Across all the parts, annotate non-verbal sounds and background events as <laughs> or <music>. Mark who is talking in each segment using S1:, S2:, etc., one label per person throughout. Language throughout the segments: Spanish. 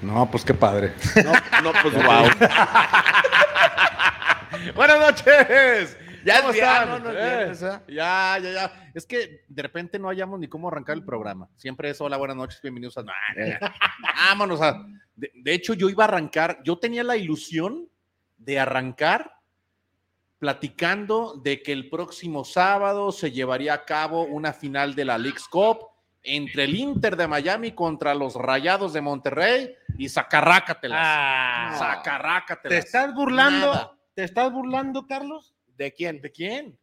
S1: No, pues qué padre.
S2: No, no pues wow.
S1: <laughs> Buenas noches.
S2: Ya
S1: ¿Cómo
S2: es viernes,
S1: están?
S2: ¿no? Es
S1: Eh,
S2: viernes, ¿eh?
S1: Ya, ya, ya. Es que de repente no hayamos ni cómo arrancar el programa. Siempre es hola, buenas noches, bienvenidos a. eh, Vámonos a. De, de hecho, yo iba a arrancar, yo tenía la ilusión de arrancar platicando de que el próximo sábado se llevaría a cabo una final de la League's Cup entre el Inter de Miami contra los Rayados de Monterrey y sacarrácatelas.
S3: Ah, ¿Te
S1: Sacarrácatelas.
S3: estás burlando?
S1: Nada.
S3: ¿Te estás burlando, Carlos?
S2: ¿De quién?
S1: ¿De quién?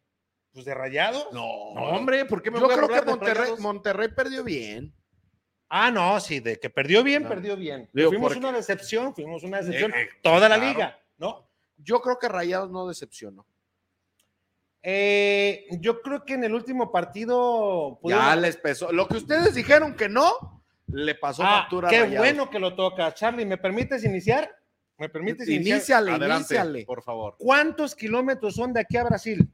S3: Pues de rayados.
S2: No.
S1: No, hombre, ¿por qué me
S2: Yo
S1: voy a
S2: creo que
S1: burlar de
S2: Monterrey,
S1: Rayados?
S2: Monterrey perdió bien.
S3: Ah, no, sí, de que perdió bien,
S2: No.
S3: perdió bien.
S2: Digo,
S3: fuimos
S2: porque-
S3: una decepción, fuimos una decepción.
S2: Eh, eh,
S3: toda la
S2: claro.
S3: liga, ¿no?
S2: Yo creo que Rayados no decepcionó.
S3: Eh, yo creo que en el último partido. pudieron-
S2: Ya les pesó. Lo que ustedes dijeron que no, le pasó
S3: Ah,
S2: factura a
S3: qué
S2: Rayados.
S3: bueno que lo toca. Charlie, ¿me permites iniciar? ¿Me permites iniciar?
S2: Iníciale,
S1: Adelante,
S2: iníciale.
S1: por favor.
S3: ¿Cuántos kilómetros son de aquí a Brasil?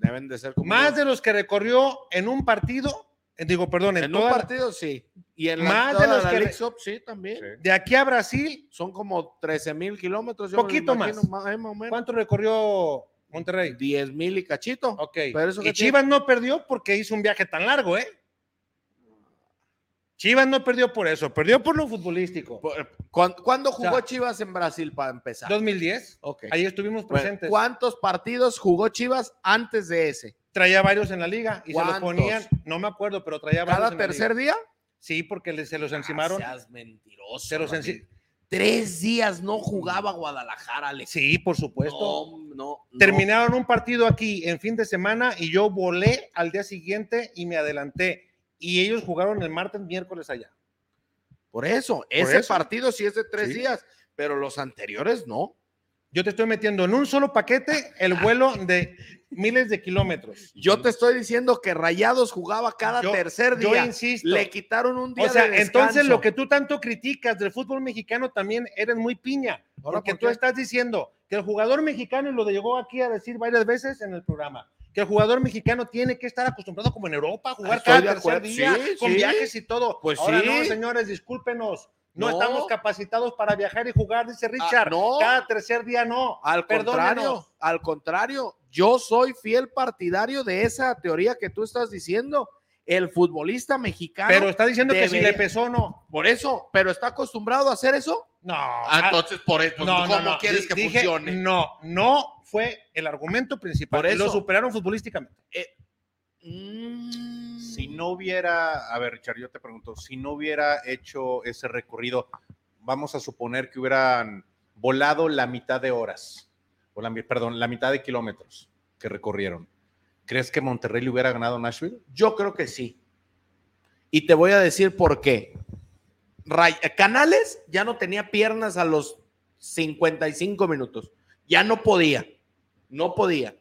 S2: Deben de ser como
S3: Más
S2: unos-
S3: de los que recorrió en un partido, eh, digo, perdón, en,
S2: en
S3: toda
S2: un
S3: la-
S2: partido, sí. Y en
S3: Más
S2: la,
S3: de
S2: toda
S3: los
S2: la
S3: que-
S2: League Cup, sí, también.
S3: de aquí a Brasil,
S2: Son como 13 mil kilómetros.
S3: Poquito más.
S2: más. Más o menos.
S3: ¿cuánto recorrió Monterrey?
S2: 10 mil y cachito.
S3: Ok.
S2: Pero eso
S3: y
S2: que tiene-
S3: Chivas no perdió porque hizo un viaje tan largo, ¿eh? Chivas no perdió por eso, perdió por lo futbolístico.
S2: Por- ¿Cuán- ¿Cuándo jugó
S3: O sea,
S2: Chivas en Brasil para empezar?
S3: 2010,
S2: Ok.
S3: ahí estuvimos
S2: Bueno,
S3: presentes.
S2: ¿Cuántos partidos jugó Chivas antes de ese?
S3: Traía varios en la liga y se los
S2: ¿Cuántos?
S3: ponían, no me acuerdo, pero traía varios.
S2: ¿Cada
S3: en la liga.
S2: tercer día?
S3: Sí, porque le- se los encimaron.
S2: seas mentiroso.
S3: se los enci-
S2: Ramírez. Tres días no jugaba Guadalajara, Alex.
S3: Sí, por supuesto.
S2: No, no, no.
S3: Terminaron un partido aquí en fin de semana y yo volé al día siguiente y me adelanté. Y ellos jugaron el martes, miércoles allá.
S2: Por eso, ese
S3: eso.
S2: partido sí es de tres
S3: Sí.
S2: días, pero los anteriores no.
S3: Yo te estoy metiendo en un solo paquete el
S2: Ah.
S3: vuelo de miles de kilómetros.
S2: Yo te estoy diciendo que Rayados jugaba cada
S3: Yo-
S2: tercer
S3: yo
S2: día.
S3: insisto.
S2: Le quitaron un día
S3: O sea,
S2: de
S3: entonces
S2: descanso.
S3: lo que tú tanto criticas del fútbol mexicano también eres muy piña,
S2: Ahora,
S3: porque
S2: ¿por
S3: tú
S2: qué?
S3: estás diciendo que el jugador mexicano, y lo llegó aquí a decir varias veces en el programa, que el jugador mexicano tiene que estar acostumbrado como en Europa, a jugar
S2: Ah, Estoy de
S3: cada tercer
S2: acuerdo.
S3: día,
S2: Sí,
S3: con
S2: sí.
S3: viajes y todo.
S2: Pues
S3: Ahora
S2: sí.
S3: no, señores, discúlpenos, no,
S2: No.
S3: estamos capacitados para viajar y jugar, dice Richard.
S2: Ah, no.
S3: Cada tercer día no.
S2: Al contrario,
S3: Perdónenos.
S2: al contrario, yo soy fiel partidario de esa teoría que tú estás diciendo. El futbolista mexicano,
S3: Pero está diciendo que si
S2: Ah, debería-
S3: le pesó o no.
S2: por eso, pero está acostumbrado a hacer eso.
S3: No.
S2: Ah,
S3: ah,
S1: por eso,
S3: no, no, no. Di- dije, No, no fue el argumento principal.
S2: Por
S3: Lo
S2: eso.
S3: superaron futbolísticamente.
S2: Mm.
S1: Si no hubiera, a ver, Richard, yo te pregunto, si no hubiera hecho ese recorrido, vamos a suponer que hubieran volado la mitad de horas, o la, mi- perdón, la mitad de kilómetros que recorrieron. ¿Crees que Monterrey le hubiera ganado a Nashville?
S2: Yo creo que sí. Y te voy a decir por qué. Ray- eh, Canales ya no tenía piernas a los 55 minutos. Ya no podía. No podía.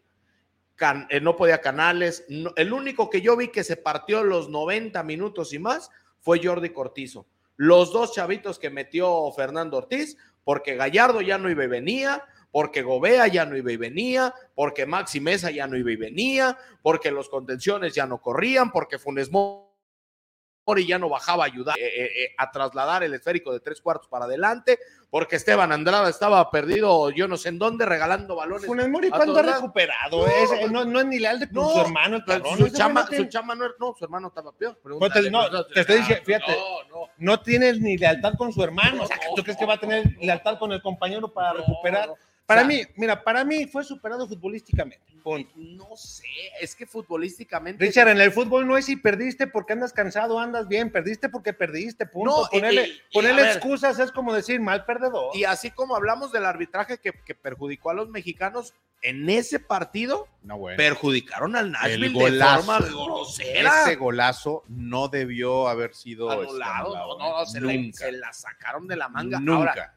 S2: Can- eh, no podía Canales. No- el único que yo vi que se partió los 90 minutos y más fue Jordi Cortizo. Los dos chavitos que metió Fernando Ortiz, porque Gallardo ya no iba y venía, porque Gobea ya no iba y venía, porque Maxi Mesa ya no iba y venía, porque los contenciones ya no corrían, porque Funes Mori ya no bajaba a ayudar eh, eh, eh, a trasladar el esférico de tres cuartos para adelante, porque Esteban Andrada estaba perdido, yo no sé en dónde, regalando balones.
S3: Funes Mori,
S2: a
S3: ¿cuándo
S2: todos
S3: ha
S2: lados.
S3: recuperado?
S2: No,
S3: Es- eh, No, no es ni leal de con
S2: no,
S3: su hermano, el cabrón.
S2: su,
S3: Ese
S2: chama,
S3: güey no tiene-
S2: su chama no, era- no, su hermano estaba peor.
S3: Pregúntale, no, te estoy diciendo, fíjate.
S2: No, no.
S3: no tienes ni lealtad con su hermano. O sea,
S2: No,
S3: ¿Tú crees
S2: no,
S3: que va a tener lealtad con el compañero para
S2: No,
S3: recuperar?
S2: no.
S3: Para
S2: O sea,
S3: mí, mira, para mí fue superado futbolísticamente. Punto.
S2: No sé, es que futbolísticamente.
S3: Richard, en el fútbol no es si perdiste porque andas cansado, andas bien, perdiste porque perdiste, punto.
S2: No, y-
S3: ponerle
S2: y- y
S3: ponerle
S2: a ver.
S3: excusas es como decir mal perdedor.
S2: Y así como hablamos del arbitraje que, que perjudicó a los mexicanos, en ese partido
S1: No, bueno.
S2: perjudicaron al Nashville
S1: El
S2: de
S1: golazo.
S2: forma grosera.
S1: Ese golazo no debió haber sido este,
S2: Anulado, no,
S1: anulado,
S2: no,
S1: ¿eh?
S2: se, la,
S1: nunca,
S2: se la sacaron de la manga.
S1: nunca.
S2: Ahora,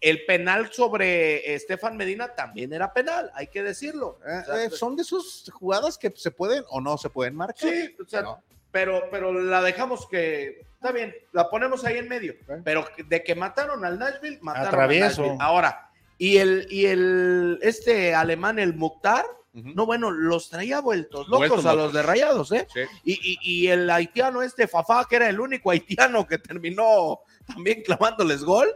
S2: el penal sobre Estefan Medina también era penal, hay que decirlo.
S1: Eh,
S2: O sea,
S1: eh, son de esas jugadas que se pueden o no se pueden marcar.
S2: Sí, o sea,
S1: ¿no?
S2: pero, pero la dejamos que está bien, la ponemos ahí en medio.
S1: Ok.
S2: Pero de que mataron al Nashville, mataron
S3: Atravieso.
S2: al Nashville. Ahora, y el, y el este alemán, el Mukhtar,
S1: Ujú.
S2: no, bueno, los traía vueltos locos
S1: Vueltos
S2: a
S1: locos.
S2: los de rayados, ¿eh?
S1: Sí.
S2: Y, y- y el haitiano, este Fafá, que era el único haitiano que terminó también clavándoles gol.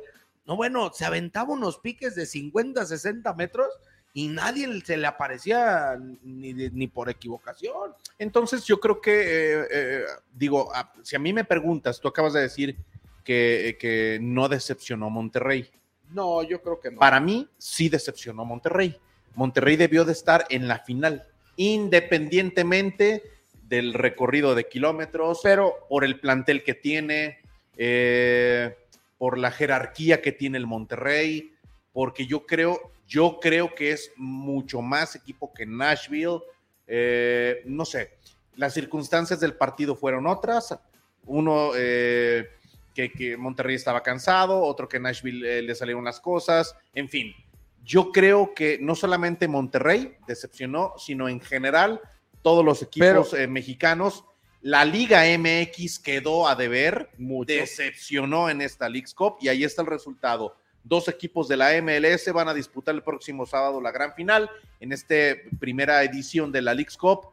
S2: No, bueno, se aventaba unos piques de 50, 60 metros y nadie se le aparecía ni, de- ni por equivocación.
S4: Entonces yo creo que, eh, eh, digo, a- si a mí me preguntas, tú acabas de decir que, eh, que no decepcionó Monterrey.
S2: No, yo creo que no.
S4: Para mí sí decepcionó Monterrey. Monterrey debió de estar en la final, independientemente del recorrido de kilómetros, pero por el plantel que tiene, eh, por la jerarquía que tiene el Monterrey, porque yo creo, yo creo que es mucho más equipo que Nashville. Eh, no sé, las circunstancias del partido fueron otras. Uno eh, que, que Monterrey estaba cansado, otro que Nashville eh, le salieron las cosas, en fin. Yo creo que no solamente Monterrey decepcionó, sino en general todos los equipos eh, mexicanos. La Liga MX quedó a deber, decepcionó en esta League's Cup y ahí está el resultado. Dos equipos de la MLS van a disputar el próximo sábado la gran final en esta primera edición de la League's Cup.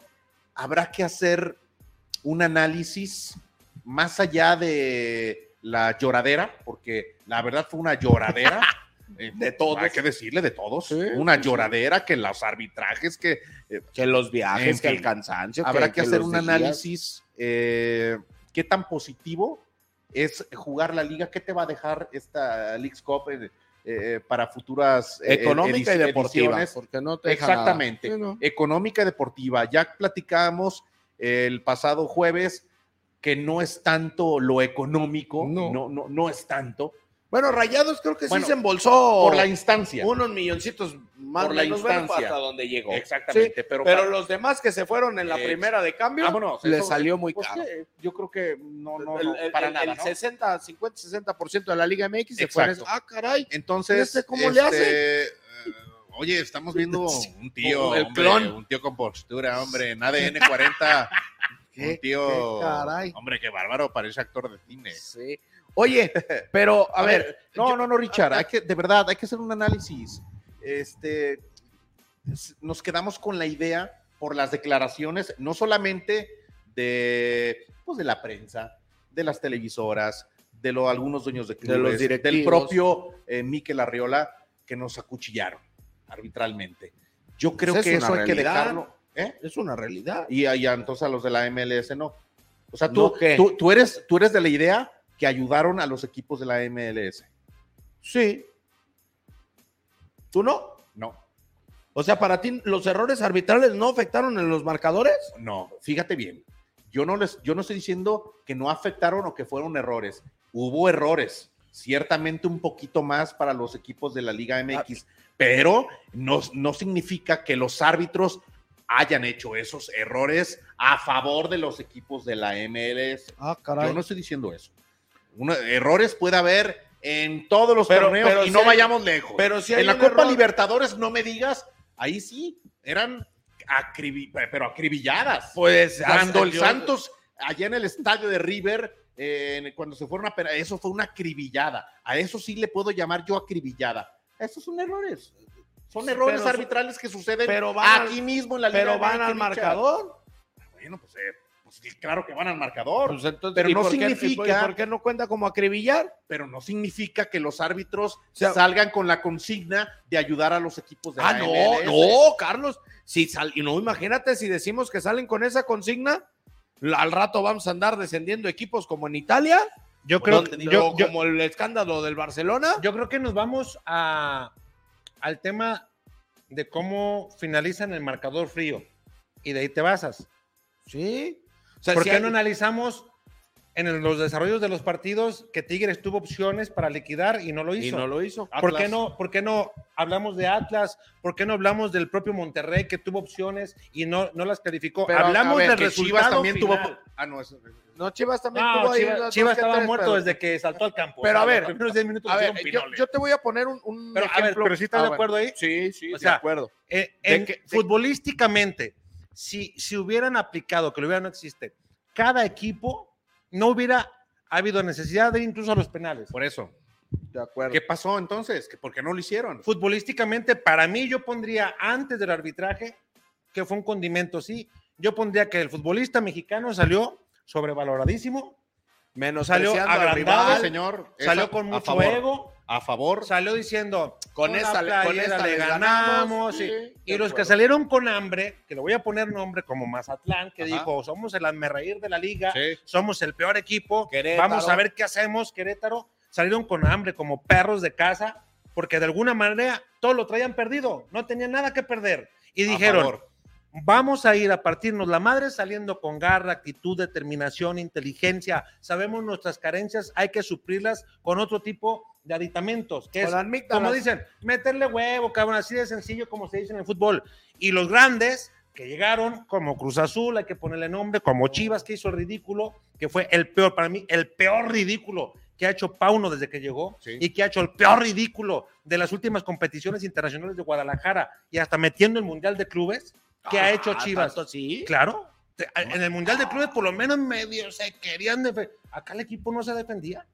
S4: Habrá que hacer un análisis más allá de la lloradera, porque la verdad fue una lloradera. eh,
S2: De todos.
S4: Hay que decirle de todos.
S2: Sí, pues,
S4: una
S2: sí, sí.
S4: lloradera que los arbitrajes, que eh,
S2: Que los viajes,
S4: En
S2: que
S4: fin.
S2: el cansancio.
S4: habrá que, hacer
S2: los
S4: un
S2: vigías.
S4: análisis. eh, ¿Qué tan positivo es jugar la liga? ¿Qué te va a dejar esta League's Cup eh, eh, para futuras eh,
S2: Económica y
S4: edici-
S2: deportiva.
S4: ediciones?
S2: Porque no te deja
S4: Exactamente.
S2: nada. Sí, no.
S4: económica y deportiva. Ya platicamos el pasado jueves que no es tanto lo económico, no,
S2: No.
S4: no, no, es tanto.
S2: Bueno, Rayados creo que
S4: Bueno,
S2: sí se embolsó
S4: Por la instancia.
S2: unos milloncitos más
S4: Por la
S2: menos, bueno,
S4: instancia.
S2: hasta donde llegó. Sí,
S4: Exactamente, pero,
S2: pero, los demás que se fueron en la
S4: Ex-
S2: primera de cambio,
S4: Vámonos,
S2: le
S4: eso-
S2: salió muy
S4: pues,
S2: caro.
S4: que yo creo que no, no,
S2: El-
S4: no,
S2: el-
S4: para
S2: el-
S4: nada.
S2: el
S4: ¿no?
S2: 60, 50, 60% de la Liga MX se fue. a eso.
S4: Exacto.
S2: Ah, caray.
S4: Entonces,
S2: Fíjate cómo le hace.
S4: eh, oye, estamos viendo un tío,
S2: El
S4: hombre,
S2: clon.
S4: un tío con postura, hombre, en ADN 40, un tío,
S2: <laughs> qué caray.
S4: hombre, qué bárbaro, parece actor de cine.
S2: Sí. Oye, pero a,
S4: A
S2: ver,
S4: ver, no,
S2: yo-
S4: no, no, Richard, hay que, de verdad, hay que hacer un análisis. Este, s- nos quedamos con la idea por las declaraciones, no solamente de, pues, de la prensa, de las televisoras, de lo, algunos dueños de clubes,
S2: los directivos.
S4: del propio eh, Miquel Arriola, que nos acuchillaron arbitralmente. Yo creo
S2: Pues es
S4: que eso hay
S2: una
S4: que
S2: realidad.
S4: dejarlo. ¿eh?
S2: es una realidad.
S4: Y, y entonces a los de la MLS no. O sea, tú,
S2: ¿No qué?
S4: tú, tú eres, tú eres de la idea que ayudaron a los equipos de la MLS.
S2: Sí. ¿Tú no?
S4: No,
S2: O sea, para ti los errores arbitrales no afectaron en los marcadores.
S4: no, fíjate bien. Yo no les, yo no estoy diciendo que no afectaron o que fueron errores. Hubo errores, ciertamente un poquito más para los equipos de la Liga MX, pero no, no significa que los árbitros hayan hecho esos errores a favor de los equipos de la MLS.
S2: Ah,
S4: Yo no estoy diciendo eso. Uno- errores puede haber en todos los
S2: Pero-
S4: torneos
S2: pero
S4: y
S2: si
S4: no
S2: hay-
S4: vayamos lejos.
S2: Pero si hay
S4: en la
S2: un
S4: Copa
S2: error-
S4: Libertadores, no me digas, ahí sí, eran acribi- pero acribilladas.
S2: pues
S4: Cuando el
S2: yo-
S4: Santos, allá en el estadio de River, eh, en- cuando se fueron a pena- eso fue una acribillada. A eso sí le puedo llamar yo acribillada. Esos son errores. Son
S2: Sí,
S4: errores
S2: pero son-
S4: arbitrales que suceden
S2: pero van
S4: aquí
S2: al-
S4: mismo en la Liga
S2: Pero van
S4: MX,
S2: al
S4: Richard.
S2: marcador.
S4: Bueno, pues, eh, pues sí, claro que van al marcador.
S2: Pues entonces,
S4: Pero
S2: ¿y
S4: no
S2: por qué- y por-
S4: significa-
S2: ¿y ¿Por qué no cuenta como acribillar?
S4: pero no significa que los árbitros
S2: sea,
S4: salgan con la consigna de ayudar a los equipos de
S2: Ah,
S4: la
S2: no,
S4: MLS.
S2: no, Carlos. Si sal, y no, imagínate si decimos que salen con esa consigna, la- al rato vamos a andar descendiendo equipos como en Italia,
S3: Yo creo,
S2: donde-
S3: que- yo,
S2: o
S3: yo-
S2: como el escándalo del Barcelona.
S3: yo creo que nos vamos a, al tema de cómo finalizan el marcador frío. Y de ahí te basas.
S2: Sí. O sea,
S3: ¿Por
S2: si
S3: qué
S2: hay-
S3: no analizamos en el- los desarrollos de los partidos que Tigres tuvo opciones para liquidar y no lo
S2: y
S3: hizo?
S2: no lo hizo.
S3: ¿Por
S4: Atlas.
S3: qué, no, ¿Por qué no hablamos de Atlas? ¿Por qué no hablamos del propio Monterrey que tuvo opciones y no, no las calificó?
S2: Pero,
S3: hablamos
S2: a ver,
S3: del
S4: Que
S3: resultado
S4: Chivas también
S3: final.
S4: tuvo. Ah, no, eso-
S2: No, Chivas también
S3: No,
S2: tuvo ahí
S3: Chivas,
S2: unas dos
S3: Chivas
S2: que
S3: estaba
S2: tres,
S3: muerto
S2: pero-
S3: desde que saltó al campo.
S2: Pero, a ver,
S3: los primeros 10 minutos
S2: A
S3: le
S2: ver,
S3: dieron
S2: yo,
S3: Pues, pinoles.
S2: yo te voy a poner un, un
S3: Pero, a ver,
S2: ejemplo.
S3: pero si estás
S2: Ah,
S3: de
S2: bueno.
S3: acuerdo ahí.
S2: Sí, sí,
S3: O
S2: de
S3: sea,
S2: acuerdo.
S3: Eh,
S2: De
S3: en-
S2: que- de-
S3: futbolísticamente, si, si hubieran aplicado, que lo hubiera no existe, cada equipo no hubiera habido necesidad de ir incluso a los penales.
S4: por eso.
S2: De acuerdo.
S4: ¿Qué pasó entonces? ¿Que ¿Por qué no lo hicieron?
S3: Futbolísticamente, para mí, yo pondría antes del arbitraje, que fue un condimento, sí, yo pondría que el futbolista mexicano salió sobrevaloradísimo,
S2: Menos
S3: Salió agrandado,
S1: Rival, señor. es
S3: Salió
S1: a-
S3: con
S1: a
S3: mucho
S1: favor,
S3: ego,
S1: A favor.
S3: salió diciendo,
S2: Con
S3: la
S2: esta, le- con
S3: playera
S2: esta
S3: le
S2: les
S3: ganamos.
S1: sí,
S3: y-
S1: de
S3: y los que
S1: acuerdo.
S3: salieron con hambre, que le voy a poner nombre como Mazatlán, que
S2: Ajá.
S3: dijo, somos el reír de la liga,
S1: Sí.
S3: somos el peor equipo,
S2: Querétaro.
S3: vamos a ver qué hacemos, Querétaro. Salieron con hambre como perros de casa, porque de alguna manera todo lo traían perdido, no tenían nada que perder. Y
S1: A
S3: dijeron,
S1: favor.
S3: vamos a ir a partirnos la madre saliendo con garra, actitud, determinación, inteligencia. Sabemos nuestras carencias, hay que suplirlas con otro tipo de aditamentos, que es
S2: Con amígdalas.
S3: como dicen, meterle huevo, cabrón, así de sencillo como se dice en el fútbol. Y los grandes que llegaron, como Cruz Azul, hay que ponerle nombre, como Chivas, que hizo el ridículo, que fue el peor, para mí, el peor ridículo que ha hecho Pauno desde que llegó
S1: Sí.
S3: y que ha hecho el peor ridículo de las últimas competiciones internacionales de Guadalajara y hasta metiendo el Mundial de Clubes que ha hecho
S2: Ah,
S3: Chivas.
S2: tanto sí.
S3: Claro, te- a- en el Mundial de Clubes por lo menos medio se querían defender. Acá el equipo no se defendía.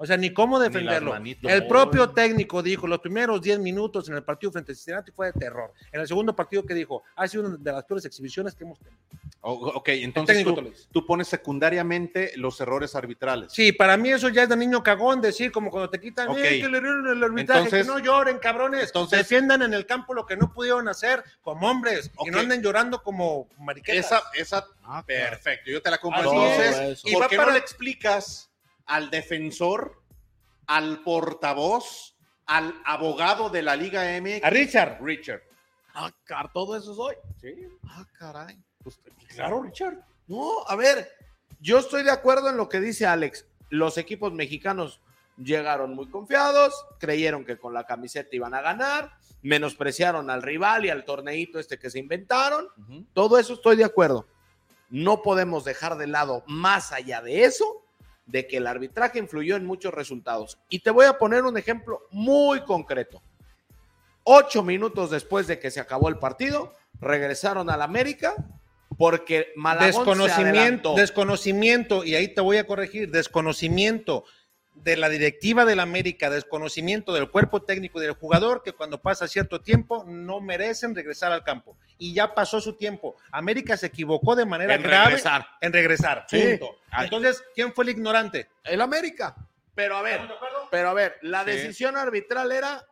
S3: O sea, ni cómo
S1: las
S3: defenderlo.
S1: manitos.
S3: el
S1: No,
S3: propio técnico dijo, los primeros 10 minutos en el partido frente a Cincinnati fue de terror. En el segundo partido que dijo, ha sido una de las peores exhibiciones que hemos tenido.
S1: O- ok,
S3: El
S1: entonces
S3: técnico
S1: tú,
S3: Tolés.
S1: tú pones secundariamente los errores arbitrales.
S3: Sí, para mí eso ya es de niño cagón, decir como cuando te quitan
S1: Ok.
S3: "Ey, que le dieron el arbitraje,
S1: Entonces-
S3: que no lloren, cabrones,
S1: entonces-
S3: defiendan en el campo lo que no pudieron hacer como hombres y no
S1: Ok.
S3: anden llorando como mariquetas.
S1: Esa, esa, perfecto, yo te la compro.
S3: Así
S1: Entonces,
S2: es.
S1: ¿y
S3: Y va
S1: Ah, por qué
S3: para-
S1: no le explicas al defensor, al portavoz, al abogado de la Liga MX,
S3: A Richard,
S1: Richard?
S2: Ah, car- todo eso soy.
S1: Sí,
S2: Ah, caray.
S1: pues, claro, Richard.
S2: No, a ver, yo estoy de acuerdo en lo que dice Alex. Los equipos mexicanos llegaron muy confiados, creyeron que con la camiseta iban a ganar, menospreciaron al rival y al torneito este que se inventaron. Todo eso estoy de acuerdo. No podemos dejar de lado, más allá de eso, de que el arbitraje influyó en muchos resultados. Y te voy a poner un ejemplo muy concreto. Ocho minutos después de que se acabó el partido, regresaron al América porque Malagón se
S3: desconocimiento,
S2: adelantó.
S3: desconocimiento, y ahí te voy a corregir, desconocimiento de la directiva del América, desconocimiento del cuerpo técnico y del jugador, que cuando pasa cierto tiempo no merecen regresar al campo. Y ya pasó su tiempo. América se equivocó de manera
S2: En
S3: grave
S2: regresar.
S3: en regresar.
S2: Sí. Ah.
S3: punto.
S2: Ay.
S3: Entonces, ¿quién fue el ignorante?
S2: El América. Pero a ver, pero a ver, la
S1: Sí.
S2: decisión arbitral era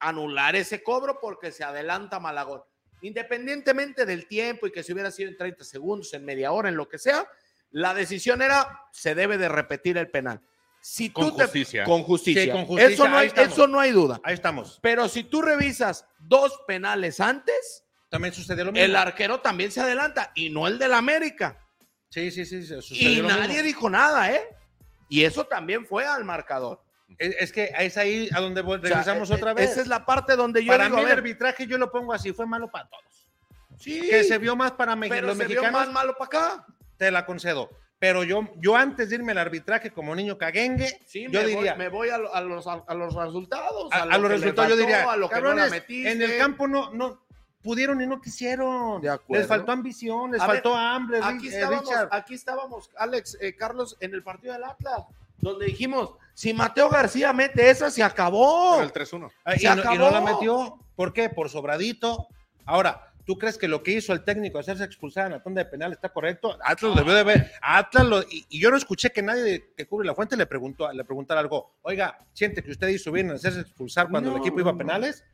S2: anular ese cobro porque se adelanta Malagón. Independientemente del tiempo y que si hubiera sido en 30 segundos, en media hora, en lo que sea, la decisión era se debe de repetir el penal. Si
S1: Con
S2: tú te-
S1: justicia.
S2: con justicia.
S3: Sí, con justicia,
S2: Eso, no
S3: ahí
S2: hay,
S3: estamos.
S2: eso no hay duda.
S3: Ahí estamos.
S2: Pero si tú revisas dos penales antes,
S3: También sucedió lo mismo.
S2: el arquero también se adelanta y no el del América.
S3: Sí, sí, sí. se- sucedió
S2: Y
S3: lo
S2: nadie
S3: mismo.
S2: dijo nada, ¿eh? Y eso también fue al marcador.
S3: Es, es que es ahí a donde vol-
S2: O sea,
S3: regresamos
S2: eh,
S3: otra
S2: eh,
S3: vez.
S2: Esa es la parte donde yo
S3: para
S2: digo,
S3: mí
S2: a
S3: el
S2: ver,
S3: arbitraje yo lo pongo así, fue malo para todos.
S2: sí,
S3: Que se vio más para Mex-
S2: pero
S3: los
S2: se vio
S3: mexicanos,
S2: más malo para acá.
S3: te la concedo. Pero yo, yo antes de irme al arbitraje como niño caguengue,
S2: Sí,
S3: yo
S2: me
S3: diría,
S2: voy, me voy a, lo- a los, a, a los resultados.
S3: a, a
S2: lo
S3: los
S2: que le
S3: resultados
S2: faltó,
S3: yo diría,
S2: a lo que no la
S3: cabrones,
S2: metiste".
S3: en el campo no, no pudieron y no quisieron.
S2: De acuerdo.
S3: Les faltó ambición, les
S2: A ver,
S3: faltó hambre, Ri-
S2: Aquí
S3: eh,
S2: estábamos,
S3: Richard.
S2: aquí estábamos, Alex, eh, Carlos, en el partido del Atlas, donde dijimos, si Mateo García mete esa, se acabó.
S1: Pero el 3-1.
S3: Ah,
S2: Se
S3: y, no, y no la
S2: acabó.
S3: metió. ¿Por qué? Por sobradito. Ahora, ¿tú crees que lo que hizo el técnico hacerse expulsar en la tanda de penal está correcto? Atlas lo debió de ver. Atlas lo- y, y yo no escuché que nadie de- que cubre la fuente le preguntó, le preguntara algo. Oiga, ¿siente que usted hizo bien en hacerse expulsar cuando
S2: No,
S3: el equipo iba a
S2: no.
S3: penales?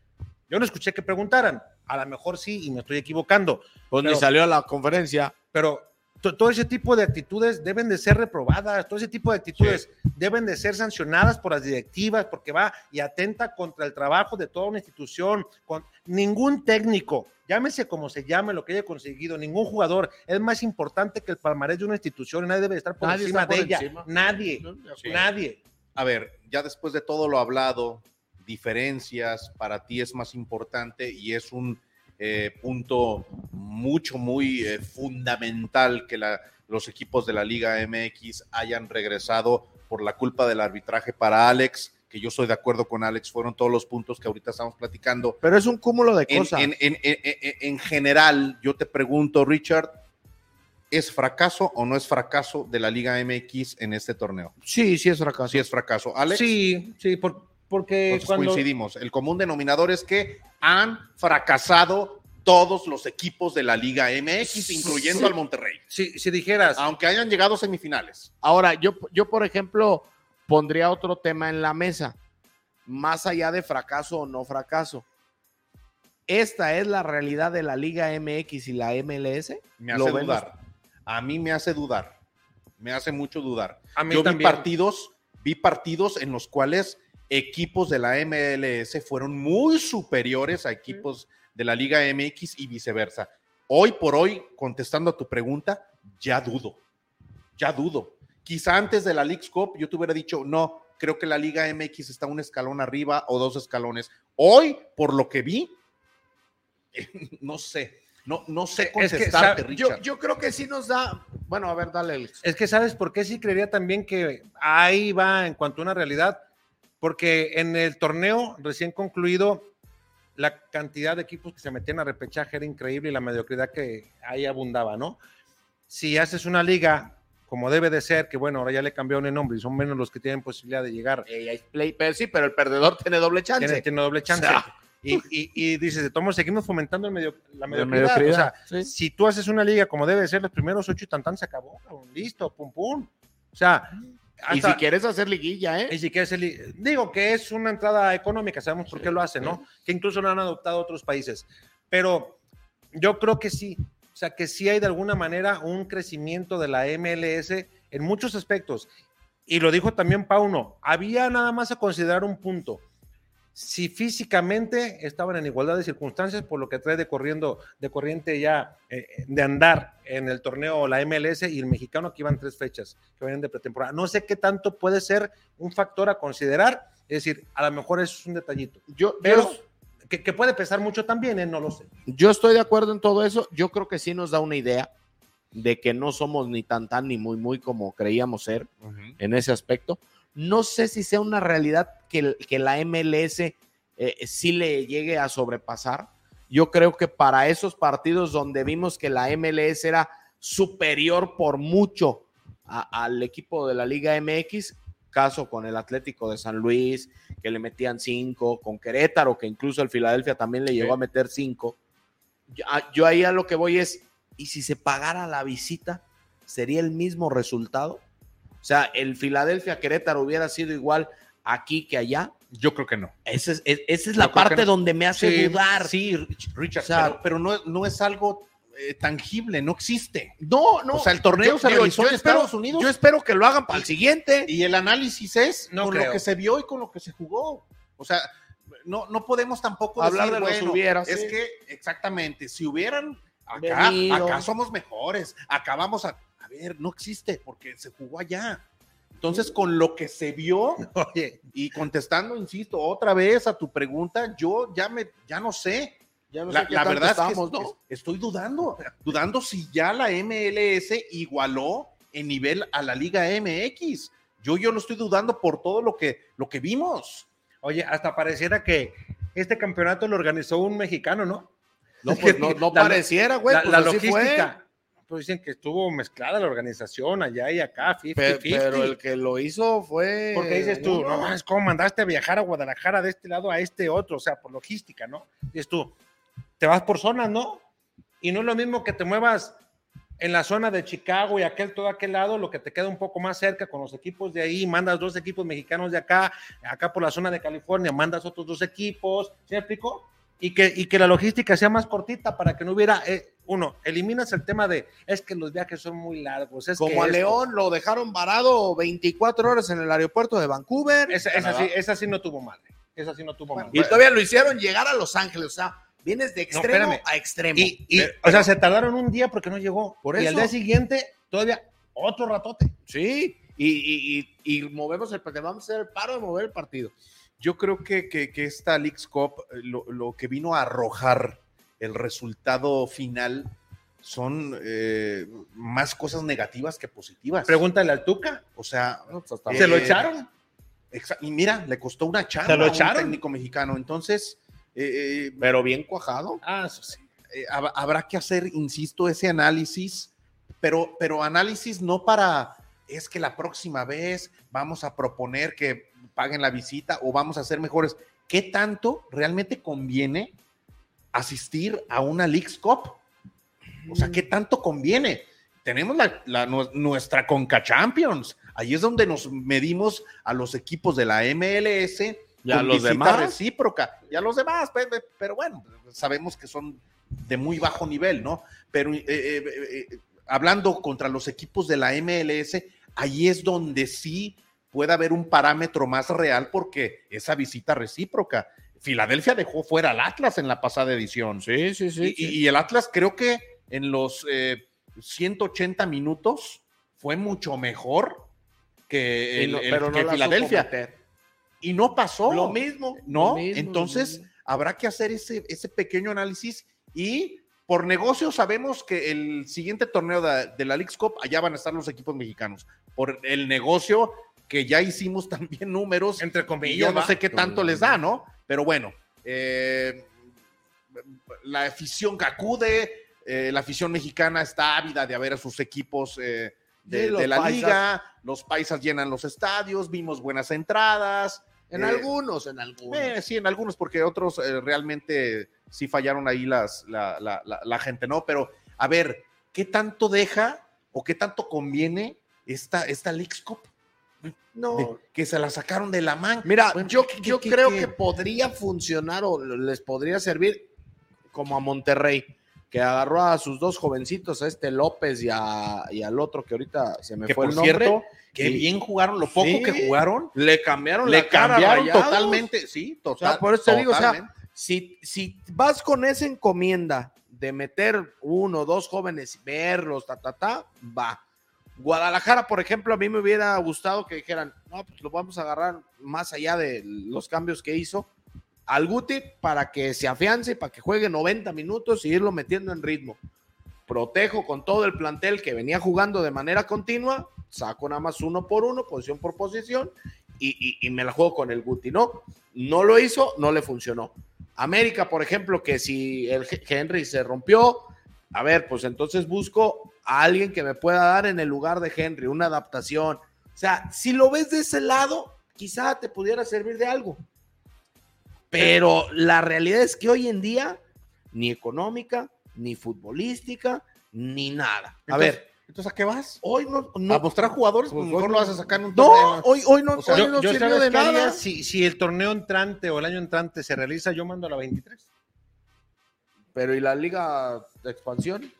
S3: Yo no escuché que preguntaran. A lo mejor sí, y me estoy equivocando.
S2: Pues
S3: ni
S2: salió a la conferencia.
S3: Pero to- todo ese tipo de actitudes deben de ser reprobadas, todo ese tipo de actitudes deben de ser sancionadas por las directivas porque va y atenta contra el trabajo de toda una institución, con ningún técnico, llámese como se llame lo que haya conseguido, ningún jugador es más importante que el palmarés de una institución y nadie debe estar por
S2: Nadie
S3: encima
S2: está por
S3: de ella,
S2: encima.
S3: nadie,
S1: Sí.
S3: nadie.
S1: A ver, ya después de todo lo hablado, diferencias, para ti es más importante y es un eh, punto mucho, muy eh, fundamental que la- los equipos de la Liga MX hayan regresado por la culpa del arbitraje para Alex, que yo estoy de acuerdo con Alex, fueron todos los puntos que ahorita estamos platicando.
S2: Pero es un cúmulo de
S1: en,
S2: cosas.
S1: en- en- en- en- en general, yo te pregunto, Richard, ¿es fracaso o no es fracaso de la Liga MX en este torneo?
S2: Sí, sí es fracaso.
S1: Si es fracaso, Alex,
S3: Sí, sí, por- porque
S1: entonces
S3: cuando
S1: coincidimos. El común denominador es que han fracasado todos los equipos de la Liga MX, incluyendo al Monterrey,
S3: Si, si dijeras,
S1: aunque hayan llegado a semifinales.
S2: Ahora, yo, yo, por ejemplo, pondría otro tema en la mesa, más allá de fracaso o no fracaso. Esta es la realidad de la Liga MX y la MLS.
S1: Me
S2: ¿Lo
S1: hace
S2: ven
S1: dudar. A mí me hace dudar. Me hace mucho dudar.
S3: a mí
S1: Yo vi
S3: también.
S1: partidos, vi partidos en los cuales equipos de la MLS fueron muy superiores a equipos de la Liga MX y viceversa. Hoy por hoy, contestando a tu pregunta, ya dudo. Ya dudo. Quizá antes de la League's Cup yo te hubiera dicho, no, creo que la Liga MX está un escalón arriba o dos escalones. Hoy, por lo que vi, <laughs> no sé. No, no sé
S3: Es que, ¿sabe?
S1: contestarte, Richard.
S2: yo creo que sí nos da. Bueno, a ver, dale, Alex.
S3: Es que sabes por qué sí creería también que ahí va en cuanto a una realidad, porque en el torneo recién concluido la cantidad de equipos que se metían a repechaje era increíble y la mediocridad que ahí abundaba, ¿no? Si haces una liga como debe de ser, que bueno, ahora ya le cambiaron el nombre y son menos los que tienen posibilidad de llegar,
S2: Ey, hay play, pero sí, pero el perdedor <laughs> tiene doble chance.
S3: tiene, tiene doble chance.
S2: <laughs> O sea.
S3: y, y- y dices, de todos modos, seguimos fomentando el medio, la mediocridad.
S2: mediocridad,
S3: O sea,
S2: sí.
S3: si tú haces una liga como debe de ser, los primeros ocho y tan tan se acabó, cabrón, listo, pum pum. O sea,
S2: y
S3: hasta-
S2: si quieres hacer liguilla, ¿eh?
S3: y si quieres el- digo que es una entrada económica, sabemos por qué lo hacen, ¿no? Que incluso lo han adoptado otros países. Pero yo creo que sí, o sea, que sí hay de alguna manera un crecimiento de la MLS en muchos aspectos. Y lo dijo también Pauno, había nada más a considerar un punto. Si físicamente estaban en igualdad de circunstancias, por lo que trae de, corriendo, de corriente ya eh, de andar en el torneo la MLS y el mexicano que iban tres fechas, que venían de pretemporada. No sé qué tanto puede ser un factor a considerar, es decir, a lo mejor eso es un detallito.
S2: Yo,
S3: Pero
S2: yo,
S3: que, que puede pesar mucho también, ¿eh? no lo sé.
S2: yo estoy de acuerdo en todo eso. Yo creo que sí nos da una idea de que no somos ni tan tan ni muy muy como creíamos ser
S1: Ujú.
S2: en ese aspecto. No sé si sea una realidad que, el- que la MLS eh, sí le llegue a sobrepasar. Yo creo que para esos partidos donde vimos que la MLS era superior por mucho a- al equipo de la Liga MX, caso con el Atlético de San Luis, que le metían cinco, con Querétaro, que incluso el Filadelfia también le llegó a meter cinco. Yo, a- yo ahí a lo que voy es, ¿y si se pagara la visita, sería el mismo resultado? O sea, el Filadelfia Querétaro hubiera sido igual aquí que allá.
S1: Yo creo que no.
S2: Esa es, es- esa es
S1: Yo
S2: la
S1: creo que
S2: parte
S1: no.
S2: donde me hace
S1: Sí,
S2: dudar.
S1: Sí, Rich- Richard,
S2: O sea,
S1: pero, pero no, no es algo eh, tangible, no existe.
S2: No, no.
S1: O sea, el torneo se realizó en
S2: espero,
S1: Estados Unidos. ¿eh?
S2: Yo espero que lo hagan para el siguiente.
S1: Y el análisis es
S3: No
S1: con lo
S3: creo.
S1: que se vio y con lo que se jugó. O sea, no, no podemos tampoco
S2: Hablar
S1: decir,
S2: de los
S1: bueno,
S2: hubieras,
S1: Es
S2: sí.
S1: que, exactamente, si hubieran acá,
S2: Venido.
S1: acá somos mejores, acá vamos a. A ver, no existe porque se jugó allá. Entonces, con lo que se vio
S3: Oye,
S1: y contestando, insisto, otra vez a tu pregunta, yo ya me, ya no sé.
S2: Ya no sé
S1: la,
S2: qué
S1: la
S2: tanto
S1: verdad es que
S2: estamos,
S1: es- es- estoy dudando, dudando si ya la MLS igualó en nivel a la Liga MX. Yo, yo lo estoy dudando por todo lo que, lo que vimos.
S3: oye, hasta pareciera que este campeonato lo organizó un mexicano, ¿no?
S2: No, pues, no, no
S3: La-
S2: pareciera, güey.
S3: la,
S2: pues
S3: la
S2: así fue.
S3: logística. Pues dicen que estuvo mezclada la organización allá y acá, 50-50.
S2: Pe- Pero el que lo hizo fue.
S3: Porque dices tú,
S2: uno.
S3: no mames, ¿cómo mandaste a viajar a Guadalajara de este lado a este otro? O sea, por logística, ¿no? Dices tú, te vas por zonas, ¿no? Y no es lo mismo que te muevas en la zona de Chicago y aquel, todo aquel lado, lo que te queda un poco más cerca con los equipos de ahí, mandas dos equipos mexicanos de acá, acá por la zona de California, mandas otros dos equipos, ¿sí me explico? Y que, y que la logística sea más cortita para que no hubiera, eh, uno, eliminas el tema de, es que los viajes son muy largos, es que
S2: Como a
S3: esto".
S2: León lo dejaron varado 24 horas en el aeropuerto de Vancouver.
S3: Esa, esa sí, esa sí no tuvo madre, esa sí no tuvo madre.
S2: y todavía lo hicieron llegar a Los Ángeles. O sea, vienes de
S3: No,
S2: extremo
S3: espérame.
S2: a extremo.
S3: Y, y, o sea, se tardaron un día porque no llegó.
S2: Por
S3: Y
S2: eso.
S3: al día siguiente, todavía otro ratote.
S2: Sí, y, y, y, y movemos el partido, vamos a hacer el paro de mover el partido.
S1: Yo creo que, que, que esta League's Cup eh, lo, lo que vino a arrojar el resultado final son eh, más cosas negativas que positivas.
S3: Pregúntale al Tuca.
S1: o sea,
S2: Eh,
S3: pues, ¿Se lo
S1: Eh,
S3: echaron?
S1: exa- y mira, le costó una chamba
S3: lo
S1: a
S3: echaron?
S1: un técnico mexicano. Entonces, eh, eh,
S2: Pero bien cuajado.
S3: Ah, eso sí.
S1: eh, hab- habrá que hacer, insisto, ese análisis, pero, pero análisis no para, es que la próxima vez vamos a proponer que paguen la visita o vamos a ser mejores. ¿Qué tanto realmente conviene asistir a una Leagues Cup. O sea, ¿qué tanto conviene? Tenemos la, la- nu- nuestra Conca Champions. Ahí es donde nos medimos a los equipos de la MLS.
S2: Y a
S1: con
S2: los
S1: visita
S2: demás.
S1: recíproca. Y a los demás, pe- pe- pero bueno, sabemos que son de muy bajo nivel, ¿no? Pero eh, eh, eh, eh, hablando contra los equipos de la MLS, ahí es donde sí puede haber un parámetro más real porque esa visita recíproca. Filadelfia dejó fuera al Atlas en la pasada edición.
S2: Sí, sí, sí.
S1: Y- y, y el Atlas creo que en los eh, 180 minutos fue mucho mejor que, el- el- que Filadelfia. Y no pasó.
S2: Lo mismo.
S1: ¿No?
S2: lo mismo,
S1: Entonces,
S2: lo mismo.
S1: habrá que hacer ese, ese pequeño análisis y por negocio sabemos que el siguiente torneo de, de la League's Cup, allá van a estar los equipos mexicanos. Por el negocio que ya hicimos <laughs> también números
S3: Entre
S1: y
S3: comillas.
S1: yo no
S3: ¿va?
S1: sé qué tanto les da, ¿no? Pero bueno, eh, la afición que acude, eh, la afición mexicana está ávida de ver a sus equipos eh, de,
S2: Sí, los
S1: de la
S2: paisas.
S1: liga, los paisas llenan los estadios, vimos buenas entradas.
S2: En
S1: eh,
S2: algunos, en algunos.
S1: eh, sí, en algunos, porque otros eh, realmente sí fallaron ahí las, la, la- la- la gente, ¿no? Pero a ver, ¿qué tanto deja o qué tanto conviene esta, esta Leagues Cup?
S2: no.
S1: De- que se la sacaron de la manga.
S2: Mira,
S1: Bueno,
S2: yo,
S1: ¿qué-
S2: yo
S1: qué-
S2: creo
S1: qué?
S2: que podría funcionar o les podría servir como a Monterrey, que agarró a sus dos jovencitos, a este López y, a- y al otro que ahorita se me
S1: que
S2: fue
S1: por
S2: el nombre.
S1: cierto, que
S2: Sí.
S1: bien jugaron, lo poco
S2: Sí.
S1: que jugaron,
S2: le cambiaron
S1: le
S2: la cara a
S1: cambiaron
S2: Rayados.
S1: totalmente, sí, total,
S2: O sea, por eso te digo, o sea,
S1: totalmente.
S2: Si, si vas con esa encomienda de meter uno, dos jóvenes y verlos, ta, ta, ta, va. Guadalajara, por ejemplo, a mí me hubiera gustado que dijeran, no, pues lo vamos a agarrar más allá de los cambios que hizo al Guti para que se afiance, para que juegue 90 minutos y irlo metiendo en ritmo. Protejo con todo el plantel que venía jugando de manera continua, saco nada más uno por uno, posición por posición, y, y- y me la juego con el Guti, ¿no? No lo hizo, no le funcionó. América, por ejemplo, que si el Ge- Henry se rompió, a ver, pues entonces busco a alguien que me pueda dar en el lugar de Henry, una adaptación. O sea, si lo ves de ese lado, quizá te pudiera servir de algo. Pero la realidad es que hoy en día, ni económica, ni futbolística, ni nada. A
S1: Entonces,
S2: ver,
S1: entonces ¿a qué vas?
S2: hoy no... no-
S1: a mostrar jugadores,
S2: Pues,
S1: mejor
S2: hoy
S1: lo vas a sacar en un
S2: no,
S1: torneo.
S2: hoy, hoy no,
S1: O sea,
S2: hoy
S3: yo,
S2: no
S3: yo
S2: sirvió
S3: ¿sabes
S2: de
S3: qué haría?
S2: nada.
S3: Si, si el torneo entrante o el año entrante se realiza, yo mando a la 23.
S2: Pero ¿y la liga de expansión?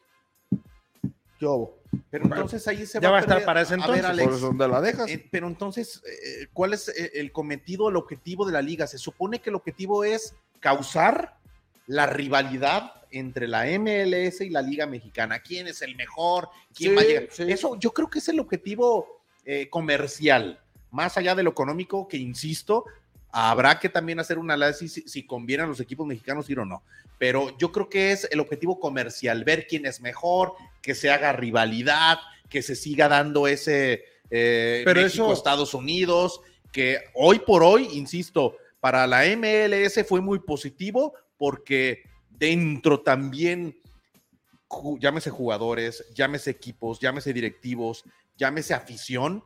S2: ¿Qué hubo?
S1: Pero entonces ahí se
S3: Ya va a estar
S1: perder.
S3: para ese
S1: A ver,
S3: entonces.
S1: Alex,
S2: Por eso, ¿dónde la dejas?
S1: eh, pero entonces, eh, ¿cuál es eh, el cometido, el objetivo de la liga? Se supone que el objetivo es causar la rivalidad entre la MLS y la Liga Mexicana. ¿Quién es el mejor? ¿Quién
S2: Sí,
S1: va a llegar?
S2: sí.
S1: Eso yo creo que es el objetivo eh, comercial, más allá de lo económico, que insisto, habrá que también hacer un análisis si, si conviene a los equipos mexicanos ir o no. Pero yo creo que es el objetivo comercial, ver quién es mejor, que se haga rivalidad, que se siga dando ese eh,
S3: Pero
S1: México,
S3: eso-
S1: Estados Unidos, que hoy por hoy, insisto, para la MLS fue muy positivo porque dentro también, ju- llámese jugadores, llámese equipos, llámese directivos, llámese afición,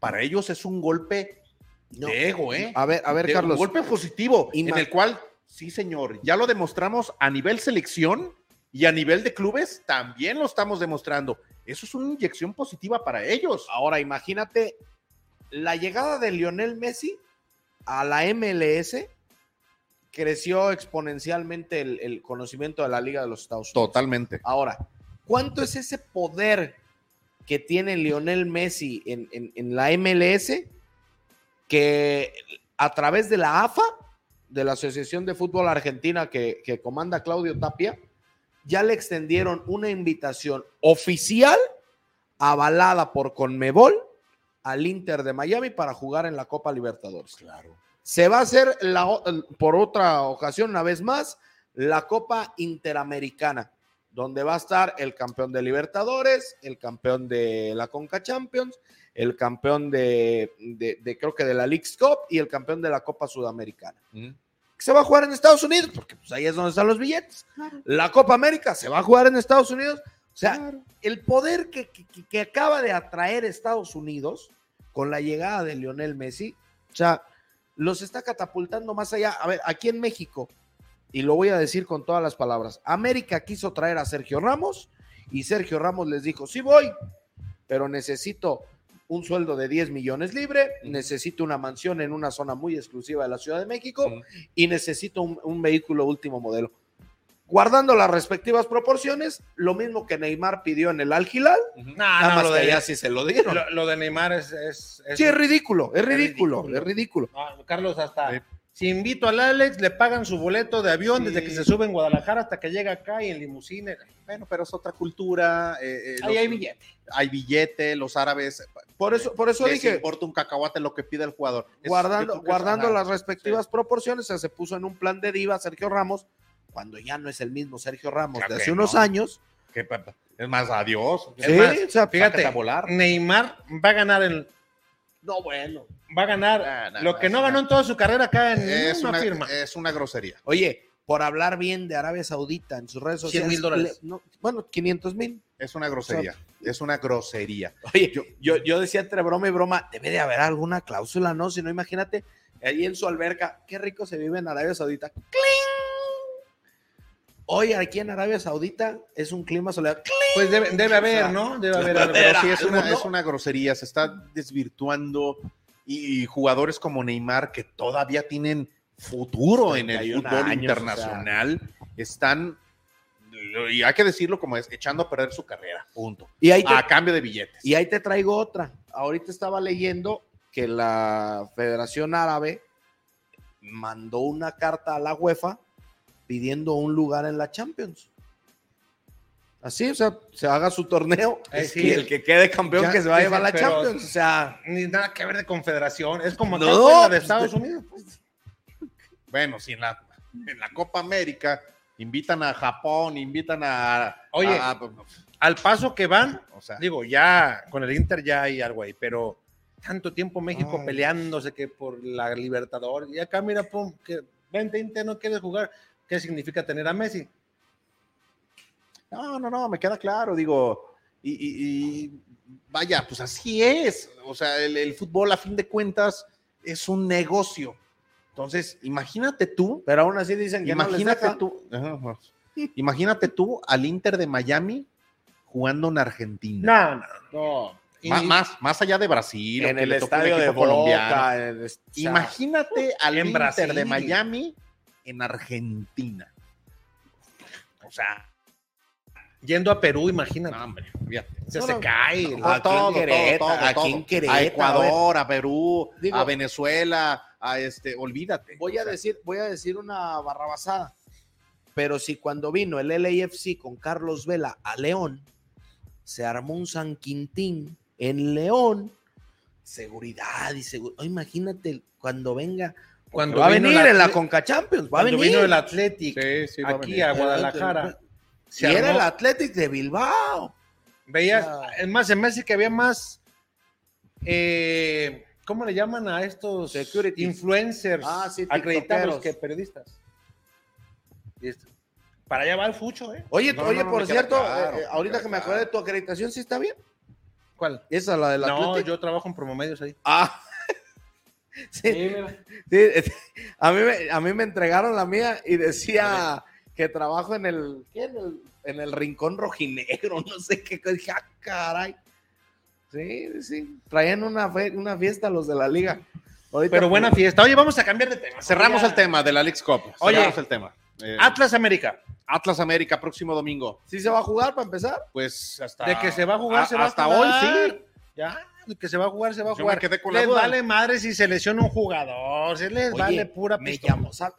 S1: para ellos es un golpe
S2: No.
S1: de ego, ¿eh?
S2: A ver, a ver,
S1: de-
S2: Carlos.
S1: Un golpe pues, positivo,
S2: Y
S1: en
S2: ma-
S1: el cual, sí, señor, ya lo demostramos a nivel selección y a nivel de clubes, también lo estamos demostrando. Eso es una inyección positiva para ellos.
S2: Ahora imagínate la llegada de Lionel Messi a la MLS creció exponencialmente el, el conocimiento de la Liga de los Estados Unidos.
S1: Totalmente.
S2: Ahora, ¿cuánto es ese poder que tiene Lionel Messi en, en- en la MLS que a través de la AFA, de la Asociación de Fútbol Argentina que, que comanda Claudio Tapia, ya le extendieron una invitación oficial avalada por Conmebol al Inter de Miami para jugar en la Copa Libertadores.
S1: Claro.
S2: Se va a hacer la o- por otra ocasión, una vez más, la Copa Interamericana, donde va a estar el campeón de Libertadores, el campeón de la Conca Champions, el campeón de, de- de- creo que de la League's Cup y el campeón de la Copa Sudamericana. Se va a jugar en Estados Unidos, porque pues, ahí es donde están los billetes. La Copa América se va a jugar en Estados Unidos. O sea, el poder que, que- que- que acaba de atraer Estados Unidos con la llegada de Lionel Messi, o sea, los está catapultando más allá. A ver, aquí en México, y lo voy a decir con todas las palabras. América quiso traer a Sergio Ramos y Sergio Ramos les dijo, sí voy, pero necesito un sueldo de 10 millones libre, necesito una mansión en una zona muy exclusiva de la Ciudad de México
S1: Ujú.
S2: y necesito un, un vehículo último modelo. Guardando las respectivas proporciones, lo mismo que Neymar pidió en el Al Hilal,
S1: Ujú.
S3: Nah,
S2: nada
S3: Ah, no,
S2: más
S3: lo
S2: que
S3: de,
S2: allá sí se lo dieron.
S3: lo- lo de Neymar es. es- es-
S2: Sí, es ridículo, es
S3: Es
S2: ridículo,
S3: ridículo.
S2: es ridículo.
S3: No, Carlos, hasta.
S1: Sí.
S3: Si invito al Alex, le pagan su boleto de avión
S1: Sí.
S3: desde que se sube en Guadalajara hasta que llega acá y en limusina.
S1: Bueno, pero es otra cultura. eh, eh,
S3: Ahí
S1: los-
S3: hay billete.
S1: hay billete, los árabes.
S2: Por eso, por eso
S1: les
S2: dije,
S1: importa un cacahuate lo que pida el jugador. Es-
S2: guardando,
S1: yo creo que es-
S2: guardando
S1: ajá.
S2: las respectivas proporciones, se puso en un plan de diva Sergio Ramos, cuando ya no es el mismo Sergio Ramos
S1: Claro
S2: de
S1: que
S2: hace unos
S1: no.
S2: años.
S1: Que pa- pa- Es más, adiós.
S3: Es
S2: Sí,
S3: más,
S2: o sea,
S1: Sácate
S3: Fíjate,
S1: a volar.
S3: Neymar va a ganar el,
S2: No, bueno.
S3: va a ganar
S1: Nah, nah,
S3: lo
S1: nah,
S3: que
S1: Ah, es
S3: no
S1: una-
S3: ganó en toda su carrera acá en
S1: Eh, Es
S3: una,
S1: una,
S3: firma.
S1: es una grosería.
S2: Oye, por hablar bien de Arabia Saudita en sus redes
S3: 100
S2: sociales.
S3: mil dólares.
S2: le- no, bueno, 500 mil.
S1: Es una grosería. Es una grosería.
S2: Oye, yo, yo, yo decía entre broma y broma, debe de haber alguna cláusula, ¿no? Si no, imagínate, ahí en su alberca, qué rico se vive en Arabia Saudita. ¡Cling! Hoy aquí en Arabia Saudita es un clima soleado. ¡Cling!
S3: Pues debe, debe haber,
S2: sea,
S3: ¿no? Debe haber.
S1: Pero,
S3: algo.
S1: pero sí, es
S2: algo,
S1: una,
S2: ¿no?
S1: es una grosería. Se está desvirtuando. Y, y jugadores como Neymar, que todavía tienen futuro en el
S2: 31
S1: fútbol
S2: años,
S1: internacional, están, y hay que decirlo como es, echando a perder su carrera. Punto.
S2: Y ahí te-
S1: A cambio de billetes.
S2: Y ahí te traigo otra. Ahorita estaba leyendo que la Federación Árabe mandó una carta a la UEFA pidiendo un lugar en la Champions. Así, o sea, se haga su torneo <laughs>
S3: Eh, sí.
S2: y el que quede campeón
S3: Ya,
S2: que se va a
S3: sí,
S2: llevar la
S3: pero-
S2: Champions. O sea,
S3: Ni nada que ver de confederación. Es como acá
S2: No,
S3: fue la de
S2: pues,
S3: Estados
S2: de-
S3: Unidos.
S1: Bueno, si en la, en la Copa América invitan a Japón, invitan a.
S3: Oye.
S1: a-
S3: Al paso que van,
S1: o sea,
S3: digo, ya con el Inter ya hay algo ahí, pero tanto tiempo México
S2: Ay.
S3: peleándose que por la Libertadores. Y acá, mira, pum, que vente Inter, no quieres jugar. ¿Qué significa tener a Messi?
S1: no, no, no, me queda claro, digo. Y, y- y vaya, pues así es. O sea, el, el fútbol, a fin de cuentas, es un negocio. Entonces, imagínate tú,
S2: pero aún así dicen que
S1: imagínate
S2: no les deja.
S1: tú, ajá, ajá. imagínate tú al Inter de Miami jugando en
S3: No,
S1: Argentina.
S3: no, no. Y-
S1: Ma- más, más allá de Brasil, o
S2: en
S1: que
S2: el
S1: le toque un
S2: estadio de
S1: equipo
S2: Boca. en el- o sea,
S1: Imagínate al
S3: en
S1: Inter
S3: Brasil.
S1: de Miami en Argentina. O sea,
S3: Yendo a Perú, imagínate.
S1: no, hombre, fíjate.
S3: se,
S2: no, Ah,
S3: se
S2: no.
S3: cae.
S2: No,
S3: la-
S2: Aquí en Querétaro, aquí en Querétaro,
S1: a Ecuador, a Perú,
S2: Digo-
S1: a Venezuela, a este, olvídate.
S2: voy a decir, voy a decir una barrabasada. Pero si cuando vino el LAFC con Carlos Vela a León, se armó un San Quintín en León, seguridad y seguridad. Imagínate cuando venga,
S3: Cuando
S2: va a
S3: vino
S2: venir
S3: el
S2: en la
S3: Atle-
S2: Conca Champions, va a
S3: Cuando
S2: venir.
S3: vino el Athletic
S1: Sí, sí, va a
S3: aquí
S1: venir.
S3: a, Guadalajara,
S2: Y
S3: se
S2: era
S3: armó-
S2: el Athletic de Bilbao.
S3: veías,
S2: Ah.
S3: es más, se me hace que había más, eh, ¿cómo le llaman a estos
S2: Security.
S3: influencers
S2: Ah, sí,
S3: acreditados
S2: tiktokeros.
S3: que periodistas? Y esto- Para allá va el fucho, ¿eh?
S2: Oye,
S1: No,
S2: oye,
S1: no, no,
S2: por
S1: me queda
S2: cierto,
S1: claro,
S2: eh,
S1: me
S2: ahorita
S1: queda
S2: que me acuerdo de
S1: claro.
S2: tu acreditación, ¿sí está bien?
S3: ¿Cuál?
S2: Esa, la del
S3: No,
S2: Athletic.
S3: yo trabajo en promomedios ahí.
S2: Ah. <laughs> Sí, Sí, es- a, mí me, a mí me entregaron la mía y decía que trabajo en el, ¿qué? en el, en el rincón rojinegro, <laughs> no sé qué. cosa. Dije, ah, caray. Sí, sí. Traían una, fe- una fiesta los de la liga. Ahorita-
S3: Pero buena fiesta. Oye, vamos a cambiar de tema.
S1: Cerramos
S3: Ya.
S1: el tema de la Lex Cup.
S3: Oye.
S1: Cerramos el tema. Eh,
S3: Atlas América.
S1: Atlas América, próximo domingo.
S2: ¿Sí se va a jugar para empezar?
S1: Pues hasta.
S3: De que se va a jugar,
S1: a-
S3: se va
S1: hasta
S3: a jugar.
S1: hoy, sí.
S3: Ya, de que se va a jugar, se va a
S1: Yo me
S3: jugar.
S1: quedé con la
S3: les
S1: duda.
S3: vale madre si se lesiona un jugador, se les
S2: Oye,
S3: vale pura
S2: me
S3: pistola.
S2: llamó, ¿sabe?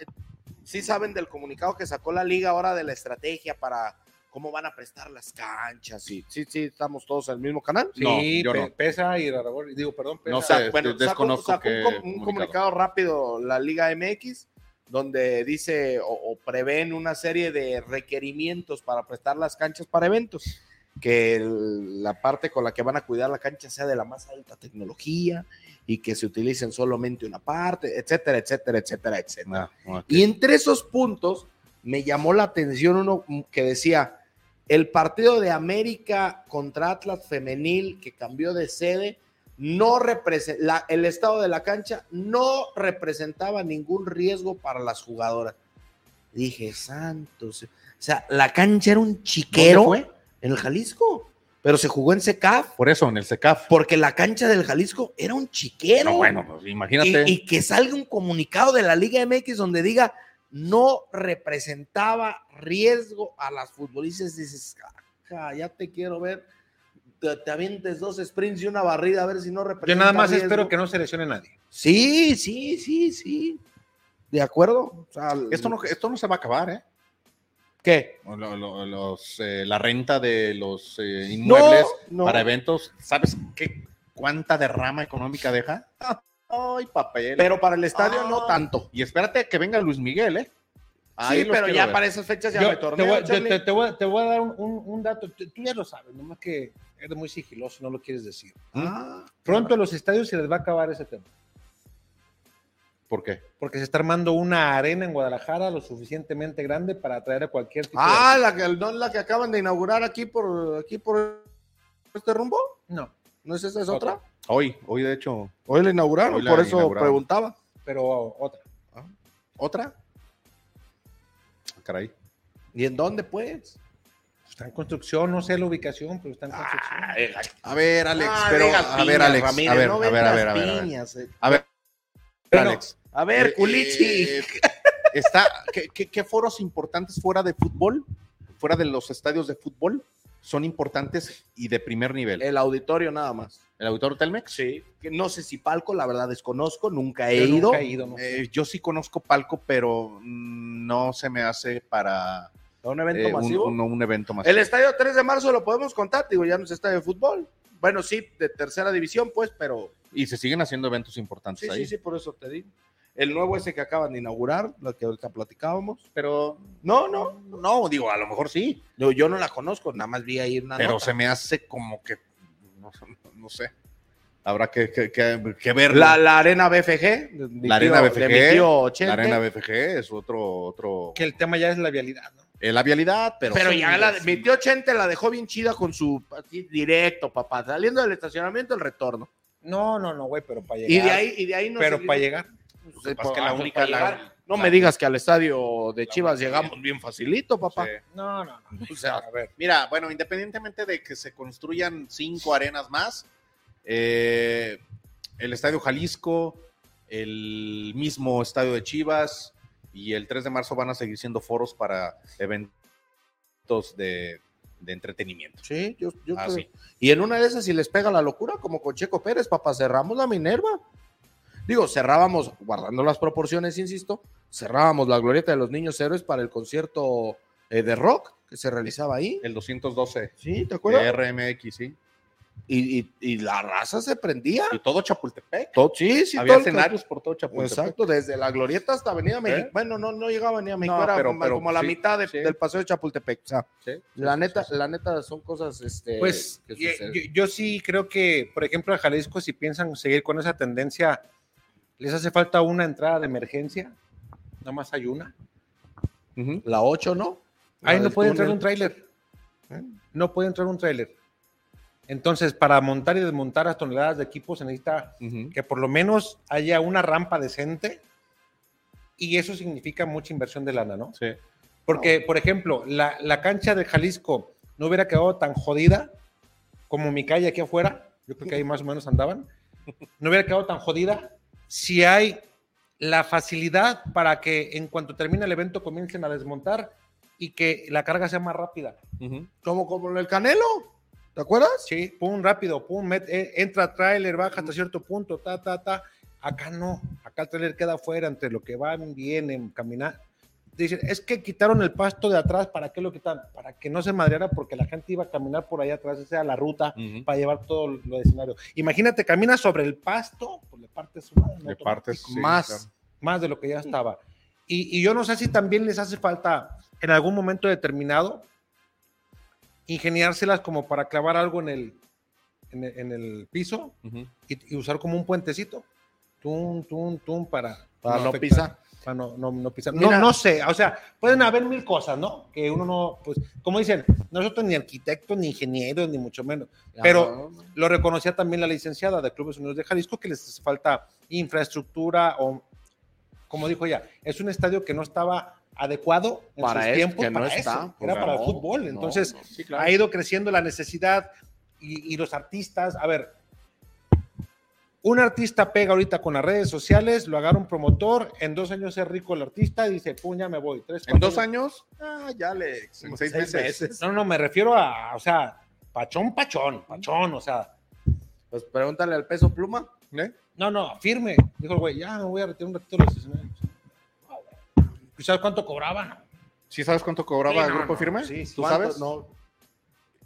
S2: Sí saben del comunicado que sacó la liga ahora de la estrategia para cómo van a prestar las canchas. Sí, sí, sí, estamos todos en el mismo canal.
S1: No,
S3: Sí,
S1: yo
S3: pe-
S1: no.
S3: pesa y Rarabor- digo, perdón, pesa.
S1: No
S2: O sea,
S1: sé,
S2: bueno,
S1: de-
S2: sacó-
S1: desconozco
S2: sacó un,
S1: qué
S2: com- un
S1: comunicado.
S2: comunicado. rápido la Liga MX donde dice o, o prevén una serie de requerimientos para prestar las canchas para eventos, que el- la parte con la que van a cuidar la cancha sea de la más alta tecnología y que se utilicen solamente una parte, etcétera, etcétera, etcétera, etcétera.
S1: Ah, ok.
S2: Y entre esos puntos me llamó la atención uno que decía, el partido de América contra Atlas femenil que cambió de sede, no represe- la- el estado de la cancha no representaba ningún riesgo para las jugadoras. Dije, santos. O sea, la cancha era un chiquero
S1: ¿Dónde
S2: en el Jalisco, pero se jugó en CECAF,
S1: Por eso, en el SECAF.
S2: porque la cancha del Jalisco era un chiquero.
S1: No, bueno, pues
S2: y,
S1: imagínate.
S2: y que salga un comunicado de la Liga MX donde diga no representaba riesgo a las futbolistas. Dices, "Caca, ya te quiero ver. Te, te avientes dos sprints y una barrida a ver si no representa.
S3: Yo nada más
S2: riesgo".
S3: espero que no se lesione nadie.
S2: Sí, sí, sí, sí. ¿De acuerdo? O sea,
S1: Esto, no, esto no se va a acabar, ¿eh?
S2: ¿Qué?
S1: O lo- lo- los, eh, la renta de los eh, inmuebles
S2: no.
S1: para eventos, ¿sabes qué? ¿Cuánta derrama económica deja? Ay, papel.
S2: Pero para el estadio no
S1: Ah.
S2: tanto.
S1: y espérate a que venga Luis Miguel, ¿eh?
S2: sí, pero ya para
S1: parece
S2: esas fechas ya me
S3: Yo te,
S2: torneo,
S3: voy, yo
S2: Charlie.
S3: te- te voy- te voy a dar un, un- un dato. Tú tú ya lo sabes, nomás que eres muy sigiloso, no lo quieres decir.
S2: Ah,
S3: Pronto a los estadios se les va a acabar ese tema.
S1: ¿Por qué?
S3: Porque se está armando una arena en Guadalajara lo suficientemente grande para atraer a cualquier tipo de-
S2: Ah, la que, no, la que acaban de inaugurar aquí por aquí por este rumbo.
S3: No,
S2: ¿No es esa es otra?
S1: Hoy, hoy de hecho,
S2: Hoy la inauguraron,
S1: Hoy la
S2: por eso
S1: inauguraron.
S2: preguntaba.
S3: pero otra.
S1: otra. Ah, Caray.
S2: ¿Y en dónde, pues?
S3: Está en construcción, no sé la ubicación, pero está en construcción.
S1: A ver, Alex,
S2: Ah,
S1: pero
S2: vengas
S1: a
S2: piñas,
S1: ver, Alex,
S2: Ramírez,
S1: a ver,
S2: no
S1: a ver, a
S2: vengas
S1: ver, a ver, a ver.
S2: piñas, eh.
S1: A ver,
S3: Bueno,
S1: Alex.
S2: A ver,
S1: Eh,
S2: Culichi.
S1: eh, está, ¿qué, qué, qué foros importantes fuera de fútbol, fuera de los estadios de fútbol, son importantes y de primer nivel?
S2: el auditorio nada más.
S1: ¿El auditor Telmex?
S2: Sí. No sé si Palco, la verdad desconozco, nunca
S3: Yo
S2: he ido.
S3: nunca he ido, no sé.
S1: Eh, yo sí conozco Palco, pero mm, no se me hace para
S2: ¿A un evento
S1: eh, un-
S2: masivo?
S1: un, un evento masivo.
S2: El estadio 3 de marzo lo podemos contar, digo, ya no es estadio de fútbol. Bueno, sí, de tercera división, pues, pero
S1: Y se siguen haciendo eventos importantes
S2: sí,
S1: Pues ahí.
S2: sí, sí, por eso te digo. El nuevo ese que acaban de inaugurar, lo que ahorita platicábamos.
S1: Pero
S2: No, no,
S1: no, digo, a lo mejor sí,
S2: yo, yo no la conozco, nada más vi ahí una
S1: pero
S2: nota.
S1: se me hace como que, no, no sé, habrá que, que, que, que verlo.
S2: La, la arena BFG. de mi
S1: La arena
S2: tío-
S1: BFG,
S2: de mi tío Chente.
S1: La Arena BFG es otro, otro,
S3: Que el tema ya es la vialidad, ¿no?
S1: eh, la vialidad, pero,
S2: Pero, ya la,
S1: sí.
S2: mi tío Chente la dejó bien chida con su así, directo, papá. Saliendo del estacionamiento, el retorno.
S3: No, no, no, güey, pero para llegar.
S2: Y de ahí, y de ahí no
S3: pero
S2: se-
S3: para llegar.
S2: pues,
S1: Lo que pasa
S2: pues,
S1: es que la
S2: ah, pues,
S1: única-
S2: para
S1: la-
S2: llegar. no
S1: la-
S2: me digas que al estadio de
S1: la
S2: Chivas
S1: única-
S2: llegamos bien facilito, papá.
S1: Sí.
S3: No, no, no.
S2: O sea,
S3: A ver.
S1: Mira, bueno, independientemente de que se construyan cinco arenas más, eh, el Estadio Jalisco, el mismo Estadio de Chivas y el 3 de marzo van a seguir siendo foros para eventos de, de entretenimiento.
S2: Sí, yo, yo
S1: Ah,
S2: creo.
S1: sí.
S2: Y en una de esas, si les pega la locura, como con Checo Pérez, papá, cerramos la Minerva. Digo, cerrábamos, guardando las proporciones, insisto, cerrábamos la glorieta de los niños héroes para el concierto eh, de rock que se realizaba ahí.
S1: El 212
S2: Sí, ¿te acuerdas?
S1: de RMX, sí.
S2: Y, y- y la raza se prendía.
S1: Y todo Chapultepec.
S2: Todo, sí, sí,
S1: Había
S2: todo el
S1: escenarios por todo
S2: campo.
S1: Chapultepec. ¿Eh?
S2: Exacto, desde la glorieta hasta Avenida México. Bueno, no, no llegaba ni a México,
S1: No,
S2: era
S1: pero-
S2: como,
S1: pero
S2: como a la
S1: sí,
S2: mitad de-
S1: sí.
S2: del paseo de Chapultepec. O sea,
S1: Sí, sí,
S2: la
S1: sí,
S2: neta,
S1: sí.
S2: la neta son cosas este,
S3: Pues
S2: que
S3: yo,
S2: suceden.
S3: yo- yo sí creo que, por ejemplo, a Jalisco, si piensan seguir con esa tendencia, les hace falta una entrada de emergencia. Nada más hay una.
S1: Ujú.
S2: La 8, ¿no?
S3: Ahí
S2: La
S3: no
S2: del
S3: puede
S2: túnel.
S3: entrar un tráiler.
S2: ¿Eh?
S3: No puede entrar un tráiler. Entonces, para montar y desmontar las toneladas de equipo se necesita
S1: Ujú.
S3: que por lo menos haya una rampa decente y eso significa mucha inversión de lana, ¿no?
S1: Sí.
S3: Porque, por ejemplo, la, la cancha de Jalisco no hubiera quedado tan jodida como mi calle aquí afuera, yo creo que ahí más o menos andaban, no hubiera quedado tan jodida si hay la facilidad para que en cuanto termine el evento comiencen a desmontar y que la carga sea más rápida.
S1: Ujú.
S2: Como, como en el Canelo, ¿te acuerdas?
S3: Sí, pum, rápido, pum, met- eh, entra tráiler, baja hasta cierto punto, ta, ta, ta. Acá no, acá el tráiler queda afuera entre lo que van, vienen, caminar. Dicen, es que quitaron el pasto de atrás, ¿para qué lo quitan? Para que no se madreara porque la gente iba a caminar por ahí atrás, esa era la ruta
S1: Ujú.
S3: para llevar todo lo de escenario. Imagínate, caminas sobre el pasto, pues le partes una, en
S1: De
S3: automático,
S1: partes. sí,
S2: más.
S1: claro.
S3: más de lo que ya estaba. Y, y yo no sé si también les hace falta en algún momento determinado ingeniárselas como para clavar algo en el, en el, en el piso
S1: Ujú.
S3: y, y usar como un puentecito. Tum, tum, tum, para,
S2: Para no
S3: afectar,
S2: pisar.
S3: Para no, no- no pisar.
S2: Mira.
S3: No, no sé, o sea, pueden haber mil cosas, ¿no? Que uno no, pues, como dicen, nosotros ni arquitectos, ni ingenieros, ni mucho menos. Pero- Lo reconocía también la licenciada de Clubes Unidos de Jalisco, que les hace falta infraestructura o, como dijo ella, es un estadio que no estaba adecuado en
S2: Para
S3: sus
S2: eso,
S3: tiempos
S2: que no
S3: para eso.
S2: está, pues,
S3: Era para el
S2: no,
S3: fútbol.
S2: no,
S3: Entonces,
S2: no.
S1: Sí,
S3: ha ido creciendo la necesidad y, y los artistas. A ver, un artista pega ahorita con las redes sociales, lo agarra un promotor, en dos años es rico el artista y dice, puña, me voy. Tres,
S1: En
S3: cuatro
S1: dos años, ah, ya
S2: eh,
S1: le. En seis, meses.
S3: No, no, me refiero a, o sea, pachón, pachón, pachón, o sea,
S2: Pues pregúntale al peso pluma.
S1: ¿eh?
S3: no, no, firme. Dijo el güey, ya me voy a retirar un ratito de los escenarios. Ah, güey. ¿Y ¿Sabes cuánto cobraba?
S1: ¿Sí sabes cuánto cobraba
S3: Sí, no,
S1: Grupo
S3: no,
S1: Firme?
S3: sí,
S1: ¿Tú
S2: ¿Cuánto?
S1: sabes?
S2: No.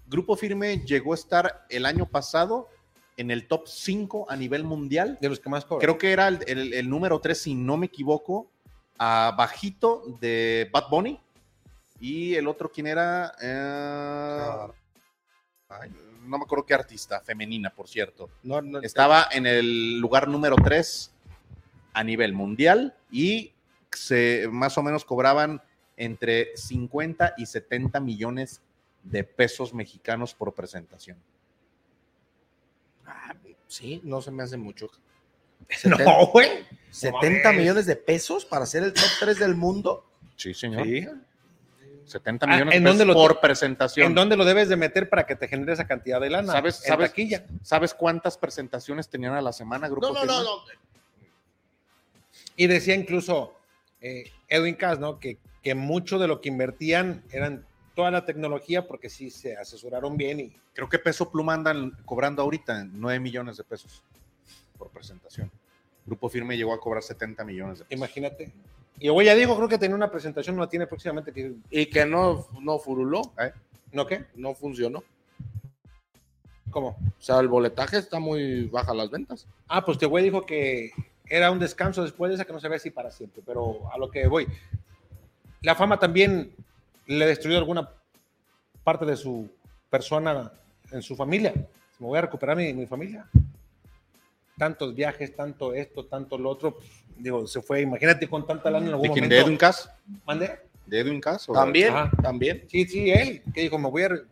S1: Grupo Firme llegó a estar el año pasado en el top 5 a nivel mundial.
S3: De los que más cobraba.
S1: Creo que era el, el- el número 3, si no me equivoco, a bajito de Bad Bunny. Y el otro, ¿quién era? Eh, ay, no me acuerdo qué artista, femenina, por cierto.
S3: No, <laughs> no,
S1: Estaba en el lugar número 3 a nivel mundial y se, más o menos cobraban entre 50 y 70 millones de pesos mexicanos por presentación.
S2: Sí, no se me hace mucho.
S3: no, güey.
S2: 70 millones de pesos para ser el top 3 del mundo.
S1: Sí, señor. 70
S3: Ah,
S1: millones
S3: ¿en
S1: de
S3: dónde
S1: pesos
S3: lo
S1: por presentación.
S3: ¿En dónde lo debes de meter para que te genere esa cantidad de lana?
S1: ¿Sabes-
S3: En
S1: sabes-
S3: taquilla.
S1: ¿Sabes cuántas presentaciones tenían a la semana, Grupo Firme?
S3: Y decía incluso eh, Edwin Cass, ¿no? Que, que mucho de lo que invertían eran toda la tecnología porque sí se asesoraron bien y
S1: Creo que Peso Pluma andan cobrando ahorita 9 millones de pesos por presentación. Grupo Firme llegó a cobrar 70 millones de pesos.
S3: imagínate. Y hoy ya dijo, creo que tenía una presentación, no la tiene próximamente, que, ¿Eh?
S2: Y que no, no furuló,
S3: ¿no qué?
S2: no funcionó.
S3: ¿Cómo?
S2: O sea, el boletaje está muy baja las ventas.
S3: Ah, pues este güey dijo que era un descanso después de esa que no sabía si para siempre, pero a lo que voy. La fama también le destruyó alguna parte de su persona en su familia. Me voy a recuperar mi, mi familia. Tantos viajes, tanto esto, tanto lo otro. pues, digo, se fue, imagínate con tanta lana en algún
S1: ¿De quién?
S3: momento.
S1: ¿De Edwin Cass?
S3: ¿Mande?
S1: ¿De Edwin Ah, Cass? o de-
S2: También,
S3: Ajá.
S2: también.
S3: Sí, sí, él, que dijo, me voy a, re-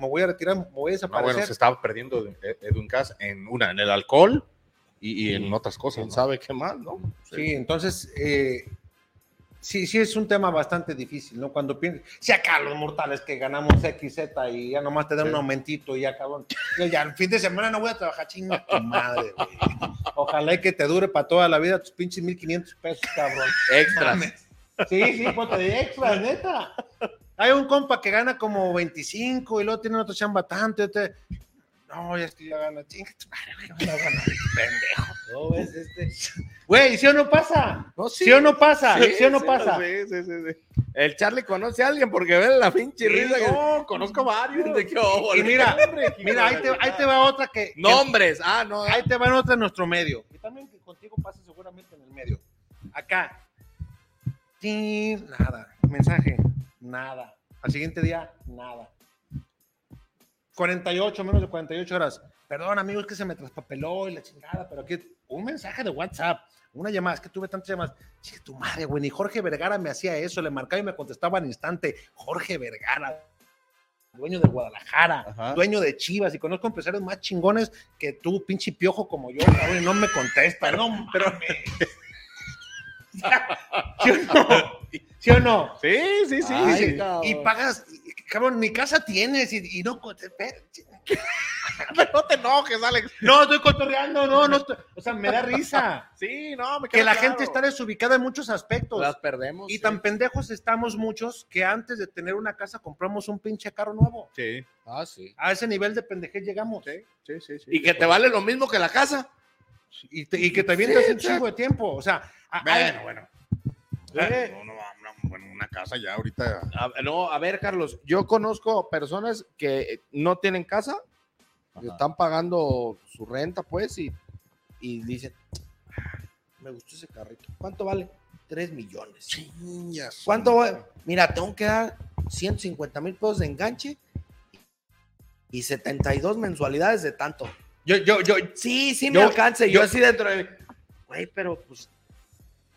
S3: me voy a retirar, me voy a
S1: No,
S3: desaparecer.
S1: Ah, bueno, se estaba perdiendo de- de- Edwin Cass en una, en el alcohol y, y en otras cosas.
S2: ¿Quién
S1: ¿no?
S2: sabe qué más, no?
S3: Sí, entonces, eh, sí, sí es un tema bastante difícil, ¿no? Cuando piensas, si acá los mortales que ganamos X, Z y ya nomás te dan
S2: Sí.
S3: un aumentito y ya, cabrón. Yo ya el fin de semana no voy a trabajar, chinga tu madre, güey. Ojalá y que te dure para toda la vida tus pinches 1500 pesos, cabrón.
S2: Extras.
S3: Sí, sí, ponte de extra, neta. Hay un compa que gana como 25 y luego tiene otro chamba tanto. y otro- No, ya es que ya gana. Chinga tu madre, güey, no gana, pendejo. No, ves, este. Güey, ¿sí o no pasa?
S2: No,
S3: ¿Sí o no pasa?
S2: Sí,
S3: ¿Sí, o no
S2: sí,
S3: pasa?
S2: sí, sí, sí, sí. El Charlie conoce a alguien porque ve la pinche risa. que-
S1: no, conozco varios.
S2: ¿De qué óvole?
S3: Y mira, mira, ahí te, ahí te va otra que... que-
S2: Nombres. Ah, no.
S3: ahí te va otra en nuestro medio. Y también que contigo pasa seguramente en el medio. Acá. Tin, nada. Mensaje. Nada. Al siguiente día, nada. 48, menos de 48 horas. Perdón, amigos, que se me traspapeló y la chingada, pero aquí un mensaje de WhatsApp, una llamada, es que tuve tantas llamadas. Che, tu madre, güey, ni Jorge Vergara me hacía eso, le marcaba y me contestaba al instante. Jorge Vergara, dueño de Guadalajara,
S1: Ajá.
S3: dueño de Chivas, y conozco empresarios más chingones que tú, pinche piojo como yo, cabrón, y no me contesta, no, pero. <laughs> ¿Sí o no? ¿Sí o no?
S1: Sí, sí, sí.
S2: Ay,
S1: sí.
S2: cabrón.
S3: Y pagas, y- cabrón, ni casa tienes y, y no. con- espera, ch-
S1: Pero <laughs> no te enojes, Alex.
S3: No, estoy cotorreando, no, no. estoy- O sea, me da risa.
S1: Sí, no, me
S3: Que
S1: queda
S3: la
S1: claro.
S3: gente está desubicada en muchos aspectos.
S2: Las perdemos.
S3: y
S2: sí.
S3: tan pendejos estamos muchos que antes de tener una casa compramos un pinche carro nuevo.
S1: Sí,
S2: Ah, sí.
S3: A ese nivel de pendejez llegamos.
S1: sí, sí, sí, sí.
S2: Y que te vale lo mismo que la casa.
S3: Y, te- y que te avientas
S2: Sí,
S3: un chingo de tiempo. O sea, a-
S1: Bueno,
S3: a-
S1: bueno.
S3: Eh.
S1: Ah, No, no, no, bueno, una casa ya ahorita.
S2: A- no, a ver, Carlos, yo conozco personas que no tienen casa, que están pagando su renta, pues, y, y dicen, "Ah, me gustó ese carrito. ¿Cuánto vale? 3 millones. ¿Cuánto vale? Mira, tengo que dar 150 mil pesos de enganche y 72 mensualidades de tanto.
S3: yo, yo, yo,
S2: Sí, sí me
S3: Yo-
S2: alcanza. Y yo,
S3: yo-
S2: así dentro de mí, güey, pero pues,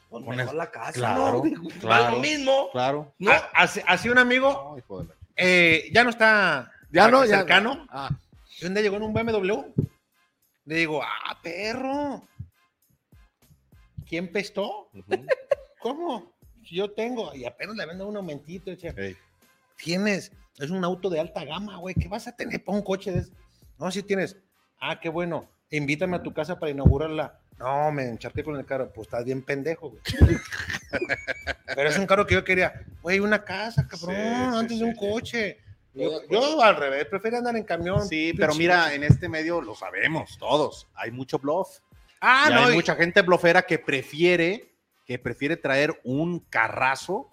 S2: pues
S1: Con
S2: mejor
S1: el-
S2: la casa,
S1: claro,
S2: <laughs> ¿no? Digo,
S1: claro.
S2: Vale lo mismo,
S1: Claro.
S2: ¿no?
S3: a- así, así un amigo
S1: No, hijo de la-
S3: eh, ya no está
S2: ya no, ya.
S3: cercano.
S2: Ah,
S3: Y un día llegó en un BMW. Le digo, ah, perro. ¿Quién pestó?
S1: Ujú.
S3: ¿Cómo? yo tengo, y apenas le vendo un aumentito, echa.
S1: Ey.
S3: Tienes, es un auto de alta gama, güey, ¿qué vas a tener para un coche de ese? No, si tienes. Ah, qué bueno, invítame a tu casa para inaugurarla. No, me encharqué con el carro, pues estás bien pendejo, güey. <laughs> Pero es un carro que yo quería, güey, una casa, cabrón,
S1: Sí, sí,
S3: antes de
S1: sí,
S3: un
S1: sí.
S3: coche.
S2: Estoy de
S3: Yo,
S2: acuerdo.
S3: yo al revés, prefiero andar en camión.
S1: Sí, pero mira, en este medio lo sabemos todos. Hay mucho bluff.
S3: Ah,
S1: Y
S3: no,
S1: hay
S3: y-
S1: mucha gente blofera que prefiere, que prefiere traer un carrazo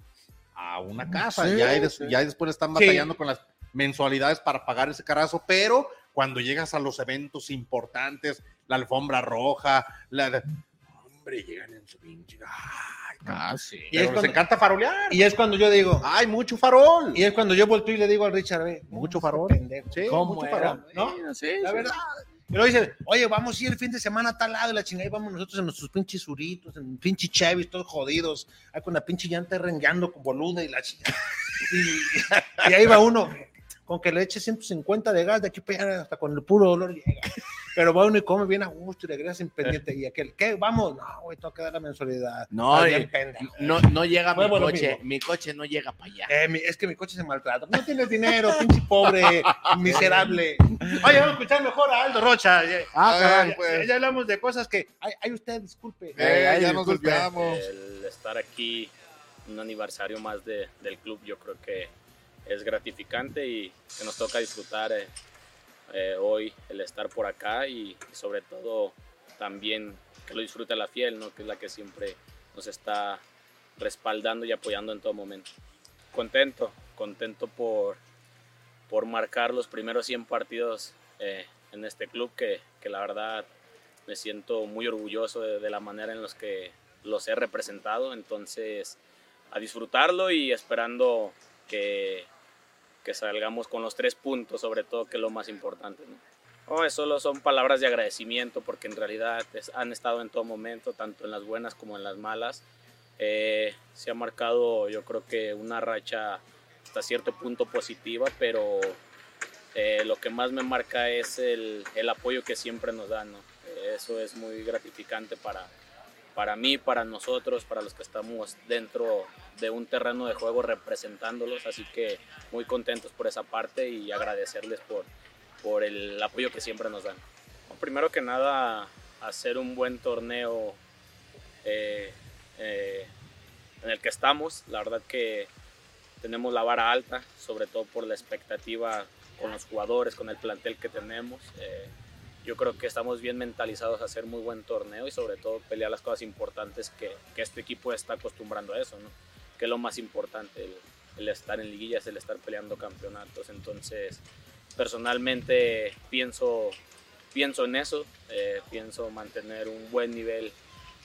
S1: a una casa.
S3: Sí,
S1: ya, hay des-
S3: sí.
S1: ya después están
S3: Sí.
S1: batallando con las mensualidades para pagar ese carrazo, pero cuando llegas a los eventos importantes, la alfombra roja, la... la- Hombre, llegan en su pinche... Ay,
S2: Ah, sí.
S1: pero
S3: es
S1: les
S3: cuando-
S1: encanta farolear.
S3: y es cuando yo digo,
S1: Hay mucho farol.
S3: y es cuando yo volteo y le digo al Richard, ve,
S1: Mucho
S3: este
S1: farol.
S3: pendejo.
S1: Sí,
S2: ¿Cómo
S1: mucho
S2: era?
S1: farol.
S3: ¿no?
S2: Bueno, sí,
S3: La
S2: sí.
S3: verdad. Y luego dicen, oye, vamos a ir el fin de semana a tal lado y la chingada, y vamos nosotros en nuestros pinches suritos, en pinches chavis, todos jodidos, ahí con la pinche llanta rengueando con boluda y la chingada. Y, y ahí va uno, con que le eche 150 de gas, de aquí para allá, hasta con el puro dolor llega. Pero va uno y come bien a gusto y regresa sin pendiente. Y aquel, ¿qué? Vamos, no, güey, tengo que dar la mensualidad.
S2: No,
S3: Estás
S2: eh,
S3: bien pendejo.
S2: No, no llega mi
S3: Huevo lo
S2: coche,
S3: mismo.
S2: mi coche no llega para allá.
S3: Eh, mi- es que mi coche se maltrata. No tienes dinero, pinche pobre, miserable. Oye, vamos a escuchar mejor a Aldo Rocha. Ya-
S2: Ah,
S1: Ah,
S2: caray.
S3: ya-
S1: pues.
S3: ya hablamos de cosas que. Ay, ay, usted, disculpe.
S1: Eh,
S2: Ay,
S1: ya
S2: ay,
S1: nos
S2: disculpe.
S1: desviamos.
S5: el estar aquí, un aniversario más de- del club, yo creo que es gratificante y que nos toca disfrutar eh, eh, hoy el estar por acá y sobre todo también que lo disfrute la fiel, ¿no? que es la que siempre nos está respaldando y apoyando en todo momento. Contento, contento por, por marcar los primeros 100 partidos eh, en este club que, que la verdad me siento muy orgulloso de, de la manera en los que los he representado. Entonces, a disfrutarlo y esperando que, que salgamos con los tres puntos, sobre todo, que es lo más importante. ¿no? No, es solo son palabras de agradecimiento porque en realidad es- han estado en todo momento, tanto en las buenas como en las malas. Eh, se ha marcado, yo creo que una racha hasta cierto punto positiva, pero eh, lo que más me marca es el, el apoyo que siempre nos dan. ¿no? Eh, Eso es muy gratificante para, para mí, para nosotros, para los que estamos dentro de un terreno de juego representándolos. Así que muy contentos por esa parte y agradecerles por, por el apoyo que siempre nos dan. Bueno, primero que nada, hacer un buen torneo eh, eh, en el que estamos. La verdad que tenemos la vara alta, sobre todo por la expectativa con los jugadores, con el plantel que tenemos. Eh, yo creo que estamos bien mentalizados a hacer muy buen torneo y sobre todo pelear las cosas importantes que, que este equipo está acostumbrando a eso, ¿no? que es lo más importante, el, el estar en liguillas, el estar peleando campeonatos. Entonces, personalmente pienso, pienso en eso, eh, pienso mantener un buen nivel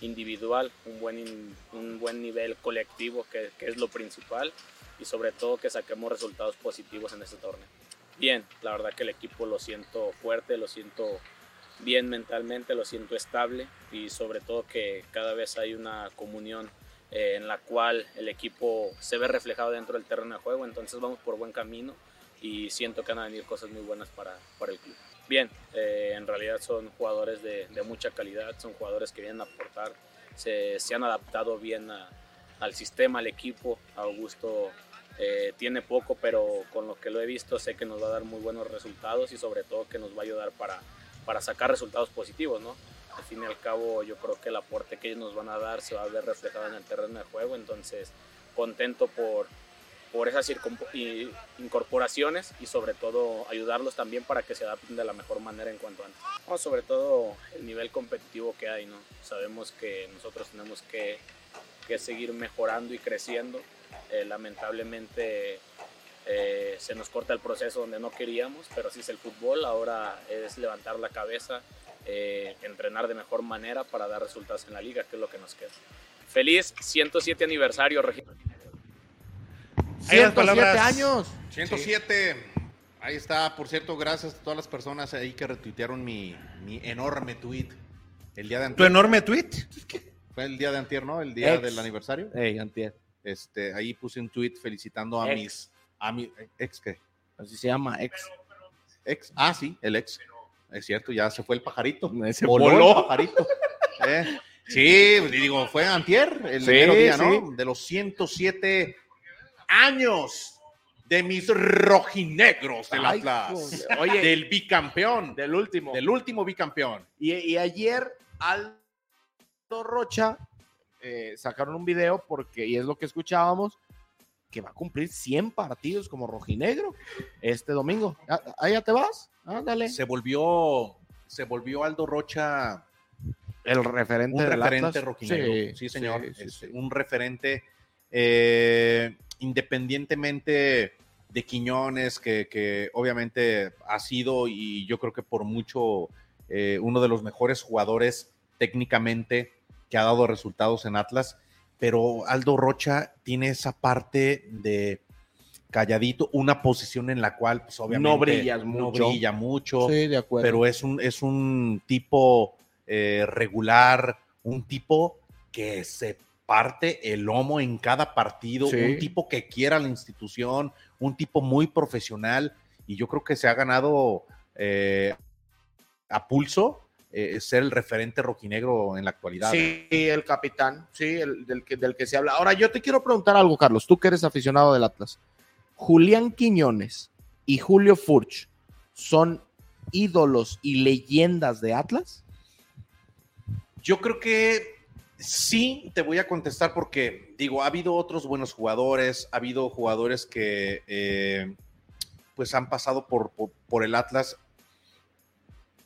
S5: individual, un buen, in- un buen nivel colectivo, que, que es lo principal, y sobre todo que saquemos resultados positivos en este torneo. Bien, la verdad que el equipo lo siento fuerte, lo siento bien mentalmente, lo siento estable y sobre todo que cada vez hay una comunión eh, en la cual el equipo se ve reflejado dentro del terreno de juego, entonces vamos por buen camino y siento que van a venir cosas muy buenas para, para el club. Bien, eh, en realidad son jugadores de, de mucha calidad, son jugadores que vienen a aportar, se, se han adaptado bien a- al sistema, al equipo. Augusto eh, tiene poco, pero con lo que lo he visto sé que nos va a dar muy buenos resultados y sobre todo que nos va a ayudar para, para sacar resultados positivos, ¿no? Al fin y al cabo yo creo que el aporte que ellos nos van a dar se va a ver reflejado en el terreno de juego, entonces contento por, por esas circun- i- incorporaciones y sobre todo ayudarlos también para que se adapten de la mejor manera en cuanto antes. No, sobre todo el nivel competitivo que hay, ¿no? Sabemos que nosotros tenemos que, que seguir mejorando y creciendo. Eh, lamentablemente eh, se nos corta el proceso donde no queríamos, pero así es el fútbol. Ahora es levantar la cabeza, eh, entrenar de mejor manera para dar resultados en la liga, que es lo que nos queda. Feliz 107 aniversario, Regina.
S3: Ahí las
S2: 107
S3: palabras.
S2: años.
S1: 107. Ahí está. Por cierto, gracias a todas las personas ahí que retuitearon mi, mi enorme tweet. El día de
S3: Tu
S1: antier.
S3: enorme tweet.
S1: Fue el día de antier, ¿no? El día
S2: Ex.
S1: del aniversario.
S2: Ey, antier.
S1: Este, ahí puse un tweet felicitando a
S2: Ex.
S1: mis. A mi, ¿Ex qué?
S2: Así se llama, ex.
S1: ¿Ex? Ah, sí, el ex. Es cierto, ya se fue el pajarito.
S2: Se
S1: Voló
S2: <laughs> voló.
S1: el pajarito. Eh, Sí, pues, digo, fue antier, el
S2: Sí,
S1: primer día, ¿no?
S2: sí.
S1: De los 107 años de mis rojinegros del
S2: Ay,
S1: Atlas,
S2: Oye,
S1: del bicampeón,
S2: del último.
S1: del último bicampeón.
S2: Y, y ayer Aldo Rocha eh, sacaron un video porque, y es lo que escuchábamos, que va a cumplir 100 partidos como rojinegro este domingo. Ah, ¿Ahí ya te vas? Ándale.
S1: Se volvió, se volvió Aldo Rocha
S2: El referente
S1: un
S2: del
S1: referente
S2: Atlas.
S1: rojinegro. Sí,
S2: Sí,
S1: señor.
S2: sí, sí,
S1: Este,
S2: sí.
S1: Un referente eh, independientemente de Quiñones, que, que obviamente ha sido y yo creo que por mucho eh, uno de los mejores jugadores técnicamente que ha dado resultados en Atlas, pero Aldo Rocha tiene esa parte de calladito, una posición en la cual pues obviamente
S2: brillas
S1: no
S2: mucho.
S1: brilla mucho
S2: Sí, de acuerdo.
S1: pero es un, es un tipo eh, regular, un tipo que se parte el lomo en cada partido,
S2: Sí.
S1: un tipo que quiera la institución, un tipo muy profesional y yo creo que se ha ganado eh, a pulso eh, ser el referente rojinegro en la actualidad.
S2: Sí, el capitán, sí, el, del, que, del que se habla. Ahora, yo te quiero preguntar algo, Carlos, tú que eres aficionado del Atlas. Julián Quiñones y Julio Furch son ídolos y leyendas de Atlas.
S1: Yo creo que sí, te voy a contestar porque, digo, ha habido otros buenos jugadores, ha habido jugadores que eh, pues han pasado por, por, por el Atlas,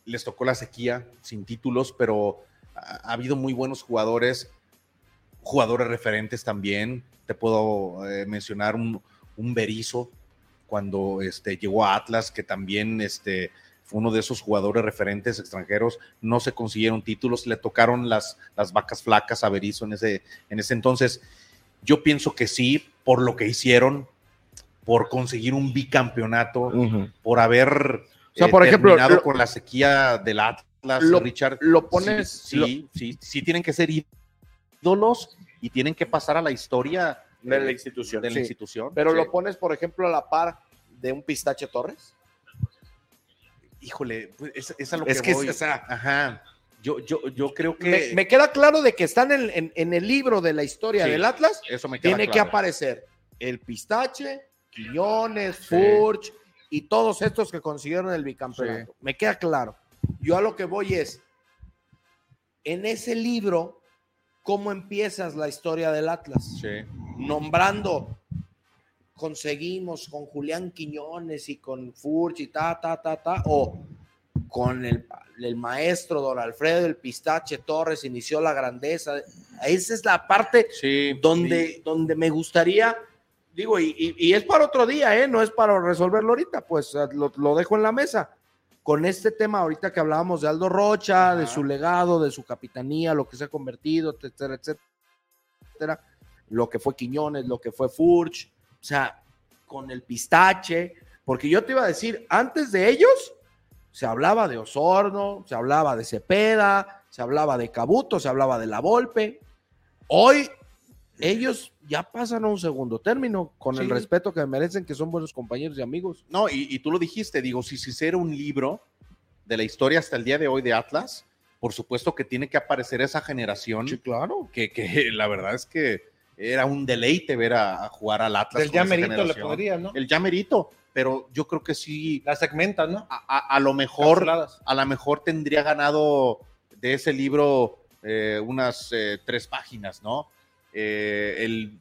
S1: les tocó la sequía sin títulos, pero ha, ha habido muy buenos jugadores, jugadores referentes también, te puedo eh, mencionar un, un Berizo cuando este, llegó a Atlas, que también este, fue uno de esos jugadores referentes extranjeros, no se consiguieron títulos, le tocaron las, las vacas flacas a Berizzo en ese, en ese entonces. Yo pienso que sí, por lo que hicieron, por conseguir un bicampeonato, por haber eh,
S2: sea, por ejemplo,
S1: terminado
S2: lo-
S1: con la sequía del Atlas,
S2: lo-
S1: Richard.
S2: Lo pones,
S1: sí, sí, sí, sí tienen que ser ídolos y tienen que pasar a la historia
S2: De la
S1: eh,
S2: institución,
S1: de la
S2: sí.
S1: institución.
S2: pero
S1: Sí.
S2: lo pones, por ejemplo, a la par de un pistache Torres.
S1: híjole, pues, es, es a lo
S2: Es
S1: que,
S2: que,
S1: voy.
S2: o sea,
S1: Ajá. Yo, yo, yo creo que
S2: Me, me queda claro de que están en, en- en el libro de la historia
S1: Sí.
S2: del Atlas.
S1: eso me queda
S2: Tiene que
S1: claro.
S2: aparecer el pistache, Quiñones,
S1: Sí.
S2: Furch y todos estos que consiguieron el bicampeonato. Me queda claro. Yo a lo que voy es, en ese libro, ¿cómo empiezas la historia del Atlas?
S1: Sí.
S2: Nombrando, conseguimos con Julián Quiñones y con Furch y ta, ta, ta, ta, o con el, el maestro Don Alfredo, el pistache Torres, inició la grandeza. Esa es la parte
S1: Sí,
S2: donde, donde me gustaría, digo, y, y- y es para otro día, ¿eh? no es para resolverlo ahorita, pues ah, lo, lo dejo en la mesa. Con este tema ahorita que hablábamos de Aldo Rocha, de
S1: Ajá.
S2: su legado, de su capitanía, lo que se ha convertido, etcétera, etcétera, lo que fue Quiñones, lo que fue Furch, o sea, con el pistache, porque yo te iba a decir, antes de ellos se hablaba de Osorno, se hablaba de Cepeda, se hablaba de Cabuto, se hablaba de La Volpe. Hoy ellos ya pasan a un segundo término, con el
S1: Sí.
S2: respeto que merecen, que son buenos compañeros y amigos.
S1: No, y, y tú lo dijiste, digo, si se hiciera un libro de la historia hasta el día de hoy de Atlas, por supuesto que tiene que aparecer esa generación
S2: claro.
S1: que, que <laughs> la verdad es que era un deleite ver a, a jugar al Atlas.
S3: Del
S1: con esa
S3: llamerito le
S1: generación.
S3: podrías, ¿no?
S1: El llamerito, pero yo creo que sí,
S3: Las segmentas, ¿no?
S1: a, a- a lo mejor,
S3: Capsuladas.
S1: a lo mejor tendría ganado de ese libro eh, unas eh, tres páginas, ¿no? Eh, el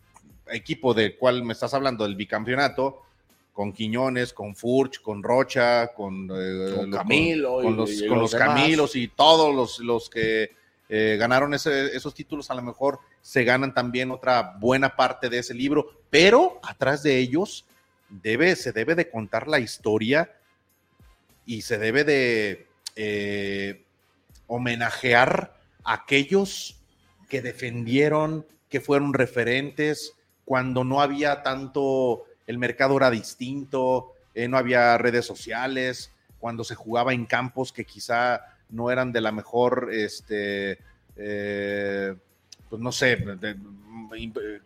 S1: equipo del cual me estás hablando, del bicampeonato, con Quiñones, con Furch, con Rocha, con, eh,
S2: Con
S1: lo-
S2: Camilo
S1: con,
S2: y-
S1: los,
S2: y
S1: con los
S2: los demás.
S1: Camilos y todos los, los que eh, ganaron ese- esos títulos, a lo mejor se ganan también otra buena parte de ese libro, pero atrás de ellos debe, se debe de contar la historia y se debe de eh, homenajear a aquellos que defendieron, que fueron referentes, cuando no había tanto, el mercado era distinto, eh, no había redes sociales, cuando se jugaba en campos que quizá no eran de la mejor, este, eh, pues no sé, de- de-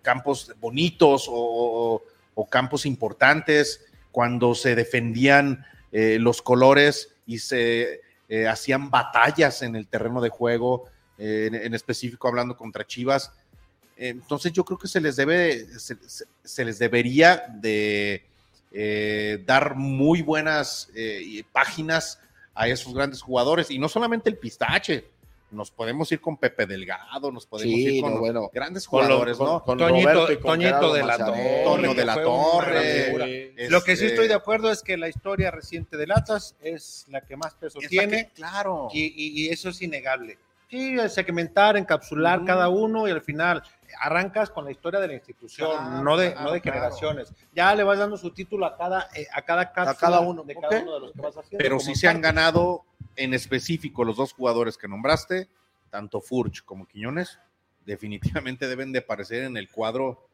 S1: campos bonitos o, o- o campos importantes, cuando se defendían eh, los colores y se eh, hacían batallas en el terreno de juego, eh, en, en específico hablando contra Chivas. Entonces yo creo que se les debe, se, se- se les debería de eh, dar muy buenas eh, y páginas a esos grandes jugadores. Y no solamente el pistache, nos podemos ir con Pepe Delgado, nos podemos
S4: Sí,
S1: ir con
S4: no, bueno.
S1: grandes
S4: Con lo-
S1: jugadores,
S4: con-
S1: ¿no?
S4: con
S3: Toñito-
S4: Roberto y con
S3: Toñito
S4: Gerardo
S3: de la
S4: Manzanero.
S3: Torre.
S1: Antonio de la
S3: fue una gran
S1: Torre.
S3: figura.
S1: este,
S3: Lo que sí estoy de acuerdo es que la historia reciente de Latas es la que más peso
S1: es la
S3: tiene.
S1: que- claro.
S3: Y, y- y eso es innegable. Sí, segmentar, encapsular
S1: Ujú.
S3: cada uno y al final arrancas con la historia de la institución,
S1: Claro,
S3: no de,
S1: claro,
S3: no de
S1: claro.
S3: generaciones. Ya le vas dando su título a cada, eh, a cada cápsula
S2: cada uno,
S3: de
S2: ok.
S3: cada uno de los que vas haciendo.
S1: Pero
S3: como
S1: sí se han
S3: parte.
S1: ganado en específico los dos jugadores que nombraste, tanto Furch como Quiñones, definitivamente deben de aparecer en el cuadro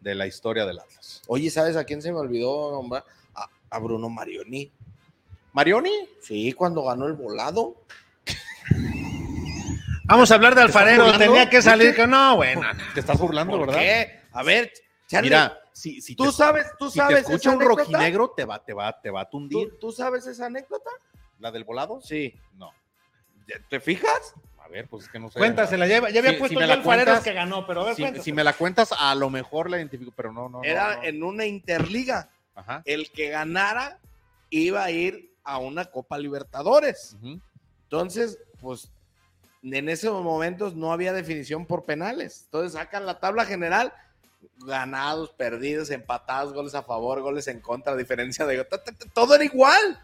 S1: de la historia del Atlas.
S2: Oye, ¿sabes a quién se me olvidó nombrar? A, a Bruno Marioni.
S1: Marioni,
S2: Sí, cuando ganó el volado.
S3: Vamos a hablar de Alfarero,
S1: burlando?
S3: tenía que salir que no, bueno.
S1: te estás burlando, ¿verdad?
S2: qué? A ver, Charlie,
S1: Mira, si, si
S2: tú
S1: te,
S2: sabes, tú
S1: si te
S2: sabes.
S1: escucha
S2: esa
S1: un
S2: anécdota?
S1: rojinegro, te va, te va, te va a
S2: ¿Tú,
S1: tundir.
S2: tú sabes esa anécdota?
S1: ¿La del volado?
S2: Sí.
S1: No.
S2: ¿Te fijas?
S1: A ver, pues es que no sé.
S3: Cuéntasela, ya, ya había
S1: Si- si
S3: puesto
S1: me
S3: yo
S1: la
S3: Alfarero
S1: cuentas,
S3: que ganó, pero a ver,
S1: Si,
S3: cuéntasela.
S1: si me la cuentas, a lo mejor la identifico, pero no, no. no,
S2: Era
S1: no.
S2: en una interliga.
S1: Ajá.
S2: El que ganara iba a ir a una Copa Libertadores.
S1: Ujú.
S2: Entonces, pues en esos momentos no había definición por penales. Entonces sacan la tabla general, ganados, perdidos, empatados, goles a favor, goles en contra, diferencia de ta, ta, ta, todo era igual.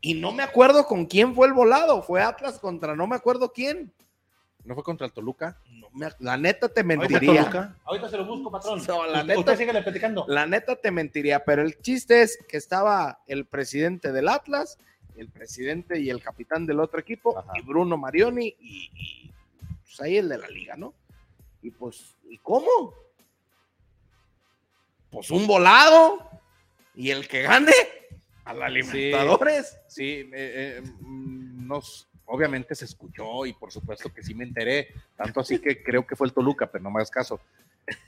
S2: Y no me acuerdo con quién fue el volado, fue Atlas contra no me acuerdo quién.
S1: ¿No fue contra el Toluca?
S2: No me ac- la neta te
S3: Ahorita,
S2: mentiría.
S3: Toluca. Ahorita se lo busco, patrón.
S2: No, la
S3: Usted-
S2: neta-
S3: Usted síguele platicando.
S2: La neta te mentiría, pero el chiste es que estaba el presidente del Atlas, el presidente y el capitán del otro equipo,
S1: Ajá.
S2: y Bruno Marioni, y, y, pues ahí el de la liga, ¿no? Y pues, ¿y cómo? Pues un volado, y el que gane a la Libertadores.
S1: Sí, eh, eh, mm, nos, obviamente se escuchó y por supuesto que sí me enteré, tanto así que creo que fue el Toluca, pero no me hagas caso.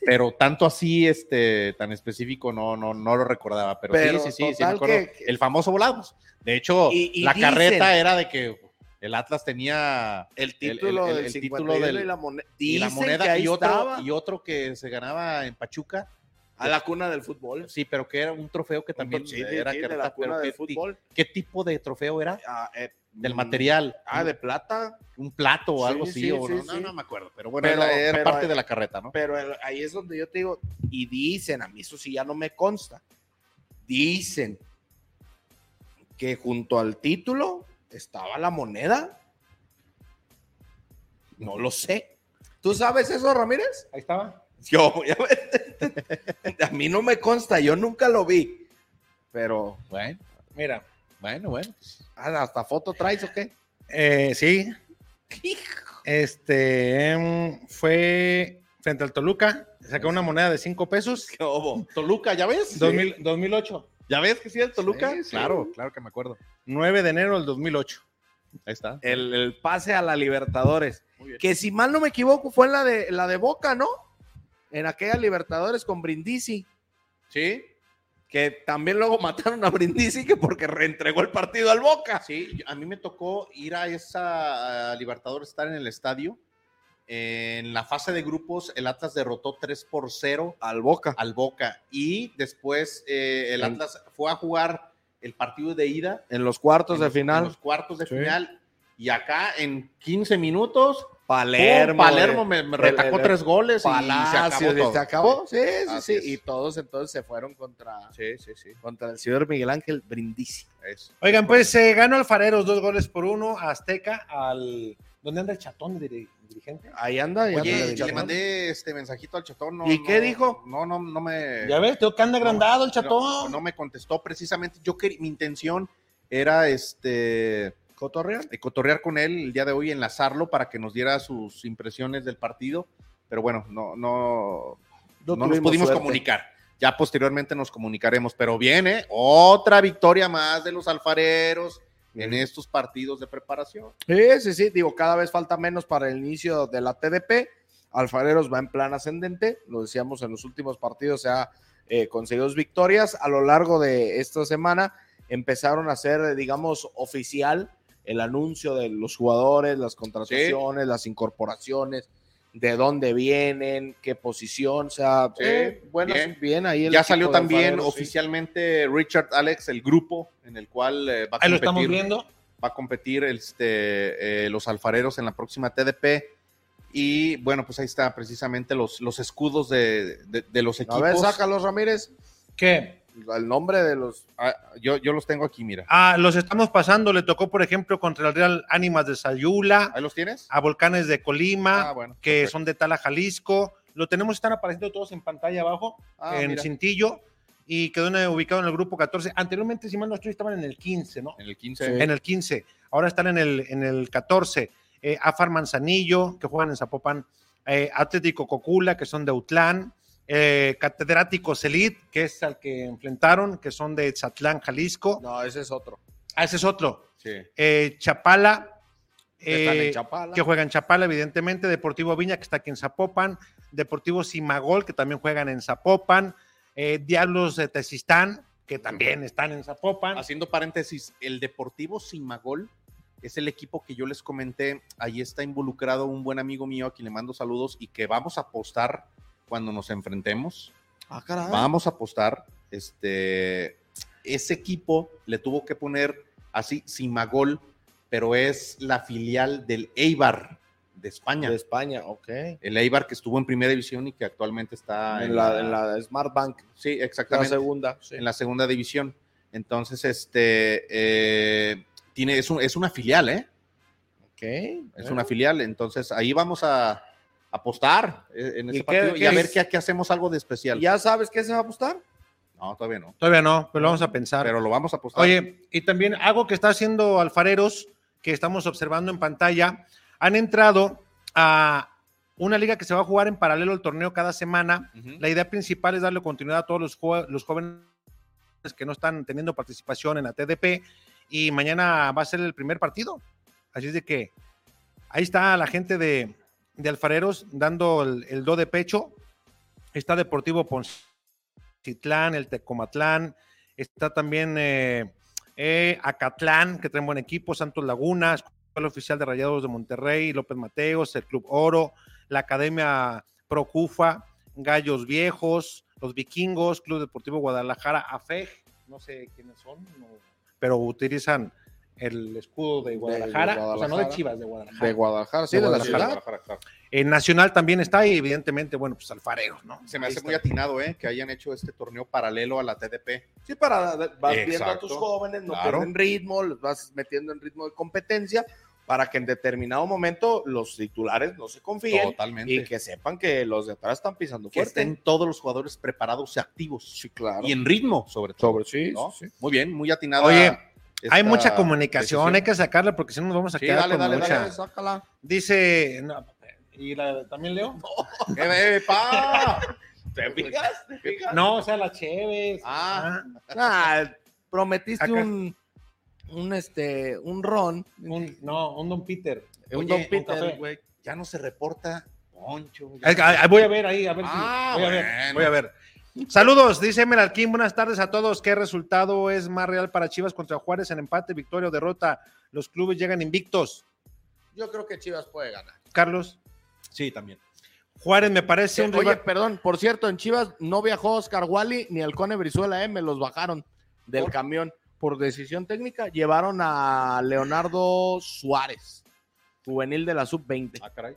S1: Pero tanto así, este, tan específico, no, no, no lo recordaba, pero,
S2: Pero
S1: sí, sí, sí, sí me
S2: total
S1: acuerdo.
S2: que-
S1: El famoso volados. De hecho,
S2: Y- y
S1: la
S2: dicen-
S1: carreta era de que el Atlas tenía
S2: El
S1: el-
S2: título
S1: el-
S2: del
S1: el
S2: 51
S1: título del-
S2: y la moneda.
S1: y la
S2: Dicen que
S1: moneda
S2: ahí
S1: y otro,
S2: estaba
S1: y otro que se ganaba en Pachuca,
S2: a la cuna del fútbol.
S1: sí, pero que era un trofeo que también
S2: Sí, sí,
S1: era
S2: sí, de la
S1: carreta, pero
S2: cuna del
S1: ¿qué ti-
S2: fútbol.
S1: ¿qué tipo de trofeo era?
S2: Ah, eh,
S1: Del
S2: mm,
S1: material.
S2: Ah, de plata.
S1: un plato o
S2: Sí,
S1: algo así,
S2: sí,
S1: o
S2: sí,
S1: no,
S2: sí.
S1: no, no me acuerdo, pero bueno,
S2: Pero-
S1: era, era
S2: pero-
S1: parte de la carreta, ¿no?
S2: Pero el- ahí es donde yo te digo, y dicen, a mí eso sí ya no me consta, dicen que junto al título estaba la moneda. No lo sé. ¿Tú sabes eso, Ramírez?
S3: Ahí estaba.
S2: Yo, <laughs> ya ves, a mí no me consta, yo nunca lo vi. Pero,
S1: Bueno,
S3: Mira.
S1: bueno, bueno. pues,
S2: ah, ¿hasta foto traes o
S1: <laughs>
S2: qué?
S3: Eh, sí. Este em, fue frente al Toluca, sacó una moneda de 5 pesos,
S2: ¿Qué hubo?
S1: Toluca, ¿ya ves?
S3: 2000 2008,
S1: ¿Ya ves que sí es Toluca?
S2: Sí, sí.
S1: Claro, claro que me acuerdo.
S3: 9 de enero del 2008.
S1: Ahí está.
S2: El, el pase a la Libertadores.
S1: Muy bien.
S2: Que si mal no me equivoco, fue en la de, la de Boca, ¿no? En aquella Libertadores con Brindisi.
S1: Sí,
S2: que también luego <laughs> mataron a Brindisi que porque reentregó el partido al Boca.
S1: sí, yo- a mí me tocó ir a esa a Libertadores, estar en el estadio. En la fase de grupos, el Atlas derrotó 3 por 0
S2: Al Boca.
S1: al Boca y después eh, el
S2: En-
S1: Atlas fue a jugar el partido de ida
S2: En los cuartos
S1: en
S2: de
S1: los-
S2: final,
S1: en los cuartos de
S3: Sí.
S1: final. Y acá en 15 minutos
S2: Palermo.
S1: ¡Pum! Palermo me, me
S2: el-
S1: retacó
S2: el-
S1: tres goles
S2: de- Palacios,
S1: y se acabó todo.
S2: se acabó. Sí, sí,
S1: Así
S2: sí.
S1: es.
S2: Y todos entonces se fueron contra,
S1: Sí, sí, sí.
S2: contra el señor Miguel Ángel Brindisi.
S1: es.
S3: Oigan, pues eh, ganó Alfareros dos goles por uno, Azteca al ¿Dónde anda el chatón dir- dirigente?
S2: Ahí anda. ahí anda
S1: Oye,
S2: el
S1: y le
S2: chatón.
S1: mandé este mensajito al chatón. no-
S2: ¿Y qué
S1: no-
S2: dijo?
S1: No, no, no me.
S3: Ya ves, tengo que anda agrandado el
S1: no- No,
S3: chatón.
S1: me contestó precisamente. Yo que mi intención era este eh, cotorrear con él el día de hoy, enlazarlo para que nos diera sus impresiones del partido. Pero bueno, no, no, no, nos
S2: tuvimos
S1: pudimos
S2: suerte.
S1: comunicar. Ya posteriormente nos comunicaremos, pero viene otra victoria más de los alfareros en estos partidos de preparación.
S2: Sí, sí, sí. Digo, cada vez falta menos para el inicio de la TDP. Alfareros va en plan ascendente. Lo decíamos en los últimos partidos, se ha eh, conseguido dos victorias. A lo largo de esta semana empezaron a ser, eh, digamos, oficial el anuncio de los jugadores, las contrataciones, las incorporaciones, de dónde vienen, qué posición, o sea,
S1: Sí,
S2: eh, bueno,
S1: bien.
S2: sí, bien ahí el
S1: ya
S2: equipo
S1: salió
S2: de
S1: también
S2: Alfarero, sí.
S1: oficialmente Richard Alex, el grupo en el cual eh, va a
S4: Ahí lo
S1: competir.
S4: estamos viendo.
S1: va a competir este, eh, los alfareros en la próxima TDP. Y bueno, pues ahí está precisamente los, los escudos de, de- de los
S2: A
S1: equipos.
S2: ver, sácalos Ramírez,
S4: ¿Qué?
S2: el nombre de los
S1: Ah, yo, yo los tengo aquí, mira.
S3: Ah, los estamos pasando. Le tocó, por ejemplo, contra el Real Ánimas de Sayula,
S1: ¿Ahí los tienes?
S3: a Volcanes de Colima,
S1: Ah, bueno.
S3: que
S1: perfecto.
S3: son de Tala, Jalisco. Lo tenemos, están apareciendo todos en pantalla abajo,
S1: Ah,
S3: en
S1: mira,
S3: cintillo, y quedó en- ubicado en el grupo 14. Anteriormente, si mal no estoy, estaban en el 15, ¿no?
S1: En el 15.
S2: Sí.
S3: En el 15. Ahora están en el, en el 14. Eh, Afar Manzanillo, que juegan en Zapopan. Eh, Atlético Cocula, que son de Utlán. Eh, Catedráticos Elite, que es al que enfrentaron, que son de Chatlán, Jalisco.
S2: No, ese es otro.
S3: Ah, ese es otro.
S1: sí.
S3: eh, Chapala,
S2: Que están
S3: eh,
S2: en Chapala.
S3: que juega en Chapala, evidentemente, Deportivo Viña, que está aquí en Zapopan, Deportivo Simagol, que también juegan en Zapopan, eh, Diablos de Tezistán, que también están en Zapopan.
S1: Haciendo paréntesis, el Deportivo Simagol es el equipo que yo les comenté. Ahí está involucrado un buen amigo mío a quien le mando saludos y que vamos a apostar cuando nos enfrentemos.
S2: Ah, caray.
S1: Vamos a apostar. Este, ese equipo le tuvo que poner así Simagol, pero es la filial del Eibar de España.
S2: De España, ok.
S1: El Eibar que estuvo en primera división y que actualmente está
S2: en, la, en la Smart Bank,
S1: sí,
S2: la
S1: exactamente
S2: segunda. sí.
S1: en la segunda división. Entonces, este eh, tiene, es, un- es una filial, ¿eh?
S2: Ok, eh.
S1: Es una filial. Entonces, ahí vamos a apostar eh, en
S2: ¿Y
S1: ese
S2: qué-
S1: partido y
S2: qué
S1: a ver
S2: es?
S1: qué, qué hacemos algo de especial.
S2: ¿Ya sabes qué se va a apostar?
S1: No, todavía no.
S3: Todavía no, pero lo vamos a pensar.
S1: Pero lo vamos a apostar.
S3: Oye, y también algo que está haciendo Alfareros, que estamos observando en pantalla, han entrado a una liga que se va a jugar en paralelo al torneo cada semana.
S1: Ujú.
S3: La idea principal es darle continuidad a todos los, jue- los jóvenes que no están teniendo participación en la TDP y mañana va a ser el primer partido. Así es de que ahí está la gente de, de Alfareros dando el, el do de pecho. Está Deportivo Poncitlán, el Tecomatlán, está también eh, eh, Acatlán, que traen buen equipo, Santos Laguna, Escuela Oficial de Rayados de Monterrey, López Mateos, el Club Oro, la Academia Procufa, Gallos Viejos, los Vikingos, Club Deportivo Guadalajara, AFEG, no sé quiénes son, no- pero utilizan el escudo de Guadalajara, o sea, no de
S2: Guadalajara.
S3: Chivas, de Guadalajara.
S2: De Guadalajara, sí, de,
S3: De
S2: la
S3: Guadalajara.
S2: ciudad.
S3: En Nacional también está y evidentemente, bueno, pues alfareros, ¿no?
S1: Se me
S3: Ahí
S1: hace
S3: está.
S1: muy atinado, ¿eh? Que hayan hecho este torneo paralelo a la TDP.
S2: Sí, para vas viendo a
S1: Exacto.
S2: tus jóvenes, no
S1: Claro.
S2: pierden ritmo, los vas metiendo en ritmo de competencia para que en determinado momento los titulares no se confíen
S1: Totalmente.
S2: y que sepan que los de atrás están pisando
S1: que
S2: fuerte.
S1: estén todos los jugadores preparados y activos.
S2: Sí, claro.
S1: Y en ritmo, sobre todo.
S2: Sobre sí,
S1: ¿no?
S2: sí, sí.
S1: Muy bien, muy atinado.
S3: Oye, Hay mucha comunicación, hay que sacarla porque si no nos vamos a
S1: Sí,
S3: quedar
S1: dale,
S3: con
S1: dale,
S3: mucha.
S1: dale,
S2: sácala.
S3: Dice, no, ¿y la, también leo?
S1: ¡Eh, eh, pa!
S2: <laughs> ¿Te fijas? ¿Te fijas?
S3: No, o sea, la Cheves.
S1: Ah.
S3: ah,
S2: Ah, prometiste
S3: Acá.
S2: un un este un ron,
S3: un- no, un Don Peter.
S2: un
S1: Oye,
S2: Don
S1: un
S2: Peter,
S3: café.
S2: güey.
S1: Ya no se reporta, Poncho. ya-
S3: Ay, ay, Voy a ver ahí, a ver si.
S1: Ah,
S3: voy, a ver,
S1: bueno.
S3: voy a ver. Saludos, dice Emeralquín, buenas tardes a todos. ¿Qué resultado es más real para Chivas contra Juárez en empate, victoria o derrota? Los clubes llegan invictos.
S2: Yo creo que Chivas puede ganar.
S3: Carlos,
S1: Sí, también.
S3: Juárez me parece un
S2: Eh, Oye,
S3: rival.
S2: perdón, por cierto, en Chivas no viajó Oscar Wally ni el Cone Brizuela, eh, me los bajaron del
S1: ¿Por?
S2: camión por decisión técnica. Llevaron a Leonardo Suárez, juvenil de la sub-20.
S1: Ah, caray.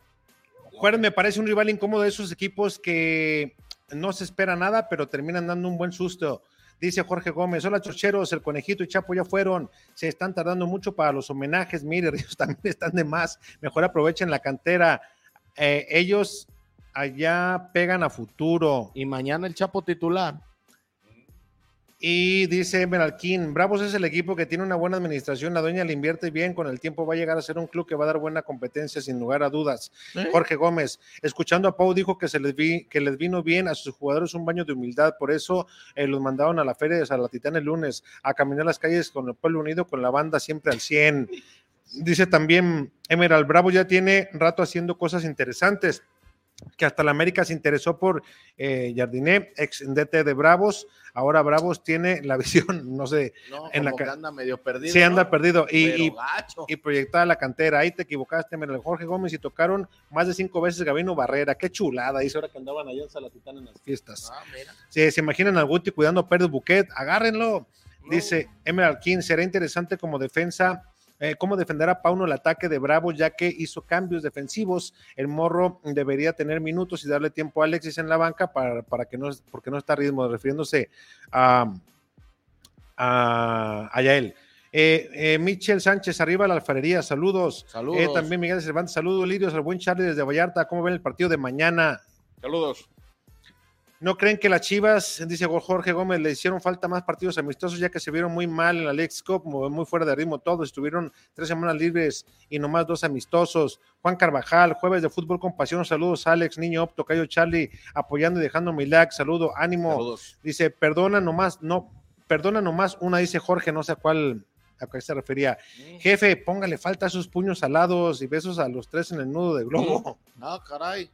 S3: Juárez me parece un rival incómodo de esos equipos que no se espera nada, pero terminan dando un buen susto. Dice Jorge Gómez, hola chocheros, el conejito y Chapo ya fueron, se están tardando mucho para los homenajes, mire, <laughs> ellos también están de más, mejor aprovechen la cantera, Eh, ellos allá pegan a futuro.
S2: Y mañana el Chapo titular.
S3: Y dice Meralquín, Bravos es el equipo que tiene una buena administración, la dueña le invierte bien, con el tiempo va a llegar a ser un club que va a dar buena competencia sin lugar a dudas. Jorge Gómez, escuchando a Pau dijo que se les vi, que les vino bien a sus jugadores un baño de humildad, por eso eh, los mandaron a la feria de Salatitán el lunes a caminar las calles con el pueblo unido con la banda siempre al 100. Dice también Emerald Bravo ya tiene rato haciendo cosas interesantes. que hasta la América se interesó por eh, Jardiné, ex DT de Bravos. Ahora Bravos tiene la <laughs> visión, no sé,
S2: No,
S3: En la
S2: como
S3: ca-
S2: que anda medio perdido.
S3: sí anda
S2: ¿no?
S3: perdido. Y,
S2: Pero
S3: y-
S2: gacho.
S3: y proyectada la cantera, ahí te equivocaste, mira, el Jorge Gómez y tocaron más de cinco veces Gabino Barrera. Qué chulada, dice ahora que andaban allá en Salatitán en las fiestas.
S2: Ah, mira.
S3: Sí, se imaginan al Guti cuidando a Pérez Buquet, agárrenlo. Dice Emerald King, será interesante como defensa, eh, cómo defender a Pauno el ataque de Bravo, ya que hizo cambios defensivos. El morro debería tener minutos y darle tiempo a Alexis en la banca para, para que no, porque no está a ritmo, refiriéndose a, a, a Yael. Eh, eh, Michel Sánchez, arriba la alfarería, saludos.
S2: Saludos.
S3: Eh, también Miguel Cervantes, saludos, Lirios, al buen Charlie desde Vallarta. ¿Cómo ven el partido de mañana?
S1: Saludos.
S3: ¿No creen que las Chivas, dice Jorge Gómez, le hicieron falta más partidos amistosos ya que se vieron muy mal en la Lex Cup, muy muy fuera de ritmo todos, estuvieron tres semanas libres y nomás dos amistosos? Juan Carvajal, jueves de fútbol con pasión, saludos Alex, Niño Opto, Cayo Charlie, apoyando y dejando mi like, saludo, ánimo.
S1: Saludos.
S3: Dice, perdona nomás, no, perdona nomás una, dice Jorge, no sé a cuál, a cuál se refería. Jefe, póngale falta a sus puños salados y besos a los tres en el nudo de globo.
S2: Ah, caray.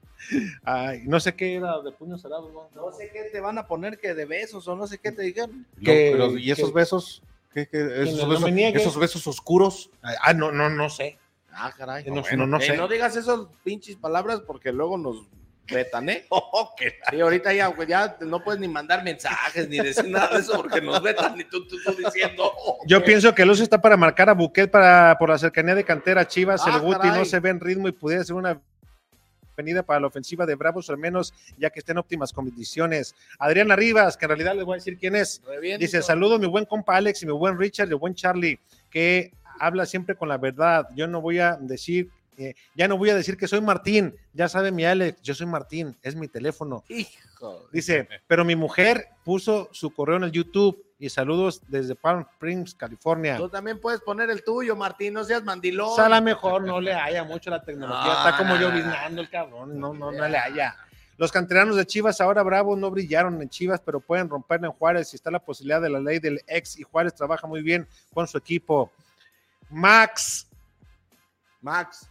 S3: Ay, no sé qué era de puños salados. No,
S2: No sé qué te van a poner que de besos o no sé qué te digan.
S3: Que-
S1: Lo- pero, ¿Y esos
S3: que-
S1: besos? ¿Qué- qué- esos,
S3: no me
S1: besos
S3: niegue.
S1: esos besos oscuros?
S3: Ah, no, no, no sé.
S2: Ah, caray.
S3: No, no, no
S2: Eh,
S3: sé.
S2: no digas esas pinches palabras porque luego nos vetan, <laughs> ¿eh? Sí, ahorita ya, güey, ya no puedes ni mandar mensajes ni decir nada de eso porque nos vetan y tú, tú, tú diciendo. oh,
S3: Yo
S2: que-
S3: pienso que Luz está para marcar a Buquet para, por la cercanía de cantera Chivas.
S2: Ah,
S3: el Guti
S2: caray.
S3: no se ve en ritmo y pudiera ser una venida para la ofensiva de Bravos, al menos ya que está en óptimas condiciones. Adrián Arribas, que en realidad les voy a decir quién es.
S2: reviento.
S3: Dice, saludo a mi buen compa Alex y mi buen Richard y el buen Charlie, que habla siempre con la verdad. Yo no voy a decir, eh, ya no voy a decir que soy Martín. Ya sabe mi Alex, yo soy Martín, es mi teléfono.
S2: Hijo.
S3: Dice, pero mi mujer puso su correo en el YouTube y saludos desde Palm Springs, California.
S2: Tú también puedes poner el tuyo, Martín, no seas mandilón.
S3: O sea, a lo mejor no le haya mucho la tecnología,
S2: No,
S3: está como
S2: no,
S3: yo
S2: no,
S3: brillando el cabrón, no, no, no le haya. Los canteranos de Chivas ahora bravos no brillaron en Chivas, pero pueden romperla en Juárez y está la posibilidad de la ley del ex y Juárez trabaja muy bien con su equipo. Max,
S2: Max.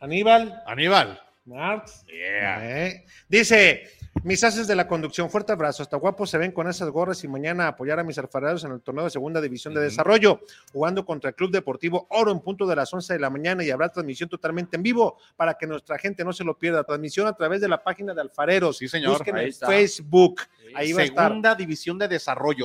S3: Aníbal,
S1: Aníbal.
S3: Max,
S1: Yeah.
S3: Eh. Dice, mis haces de la conducción, fuerte abrazo, hasta guapos se ven con esas gorras y mañana apoyar a mis alfareros en el torneo de segunda división de
S1: Ujú.
S3: desarrollo, jugando contra el Club Deportivo Oro en punto de las 11 de la mañana y habrá transmisión totalmente en vivo para que nuestra gente no se lo pierda. Transmisión a través de la página de Alfareros.
S1: Sí, señor.
S3: Busquen
S2: ahí
S3: en
S2: está.
S3: Facebook. Ahí va a estar.
S1: Segunda División de Desarrollo.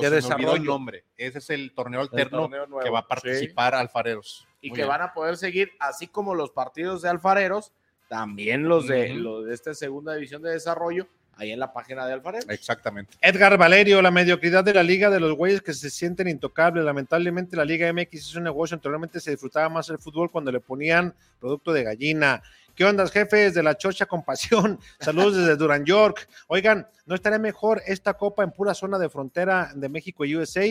S3: De
S1: se me olvidó el
S3: desarrollo.
S1: nombre. Ese es el torneo
S2: el
S1: alterno
S2: torneo nuevo.
S1: que va a participar Alfareros.
S2: y
S1: Muy
S2: que
S1: bien.
S2: van a poder seguir, así como los partidos de alfareros, también los de,
S1: Ujú.
S2: los de esta segunda división de desarrollo, ahí en la página de alfareros.
S1: Exactamente.
S3: Edgar Valerio, la mediocridad de la liga de los güeyes que se sienten intocables. Lamentablemente la Liga MX es un negocio, anteriormente se disfrutaba más el fútbol cuando le ponían producto de gallina. ¿Qué onda, jefes de la chocha con pasión? <laughs> Saludos desde Duran York. Oigan, ¿no estaría mejor esta copa en pura zona de frontera de México y USA?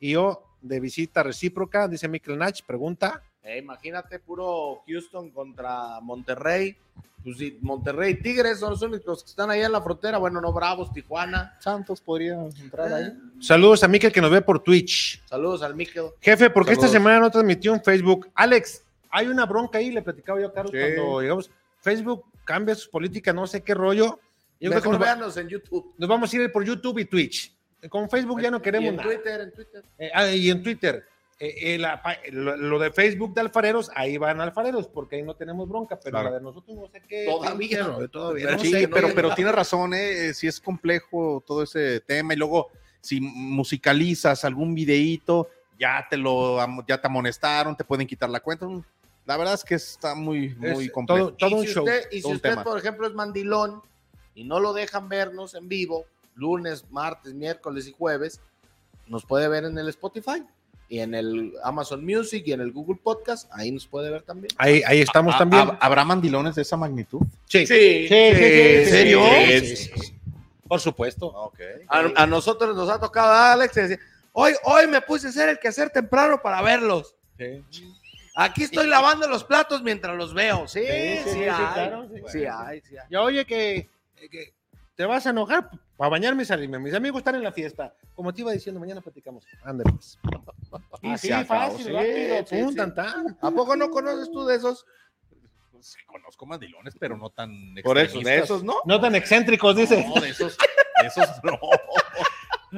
S3: Y yo de visita recíproca, dice Mikel Nach, pregunta.
S2: Eh, imagínate, puro Houston contra Monterrey. Pues sí, Monterrey y Tigres son los únicos que están allá en la frontera. Bueno, no Bravos, Tijuana. Eh,
S1: Santos podría entrar
S3: Saludos a Mikel que nos ve por Twitch.
S2: Saludos al Miquel.
S3: Jefe, porque
S1: Saludos.
S3: esta semana no transmitió en Facebook? Alex, hay una bronca ahí, le platicaba yo a Carlos
S1: Sí.
S3: cuando llegamos. Facebook cambia sus políticas, no sé qué rollo. Yo creo que
S2: Mejor
S3: nos, va-
S2: véanos en YouTube.
S3: nos vamos a ir por YouTube y Twitch. Con Facebook ya no
S2: Y
S3: queremos
S2: en
S3: nada.
S2: Twitter, en Twitter.
S3: Eh, ah, y en Twitter. Eh, eh, la pa- lo, lo de Facebook de alfareros, ahí van alfareros, porque ahí no tenemos bronca, pero
S1: Claro.
S3: la de nosotros no sé qué.
S2: Todavía.
S3: no, todavía
S2: Pero
S3: no
S1: sí,
S3: sé,
S2: no
S1: pero,
S2: hay-
S1: pero tiene razón, ¿eh? si es complejo todo ese tema y luego si musicalizas algún videíto, ya te lo am- ya te amonestaron, te pueden quitar la cuenta. Mm, La verdad es que está muy
S3: es
S1: muy complejo.
S3: todo, todo
S2: y
S3: un
S2: si
S3: show.
S2: Usted, y si
S1: todo un
S2: usted,
S1: tema.
S2: por ejemplo, es mandilón y no lo dejan vernos en vivo, lunes, martes, miércoles y jueves, nos puede ver en el Spotify y en el Amazon Music y en el Google Podcast. Ahí nos puede ver también.
S3: Ahí, ahí estamos
S1: Ah,
S3: también.
S1: hab- ¿Habrá mandilones de esa magnitud?
S2: Sí.
S3: sí. Sí, sí, sí,
S1: ¿En
S3: sí,
S1: serio?
S3: sí, sí, sí, sí. Por supuesto.
S2: A, a nosotros nos ha tocado a Alex y decir, hoy, hoy me puse a hacer el quehacer temprano para verlos. Aquí estoy lavando los platos mientras los veo. Sí, sí,
S3: sí, sí,
S2: hay.
S3: claro, sí.
S2: Sí hay, sí hay.
S3: Ya oye que, que te vas a enojar para bañarme y salirme. Mis amigos están en la fiesta. Como te iba diciendo, mañana platicamos. Ándale. pues.
S1: Y
S3: Así
S1: se acabó,
S3: fácil,
S1: sí,
S3: rápido, pues,
S2: sí,
S3: pum,
S2: sí.
S3: tan, tan.
S2: ¿A poco no conoces tú de esos?
S4: pues, conozco mandilones, pero no tan
S1: Por eso, de
S4: extremistas.
S1: esos, ¿no?
S3: No tan excéntricos, dice.
S4: No, de esos, de esos no.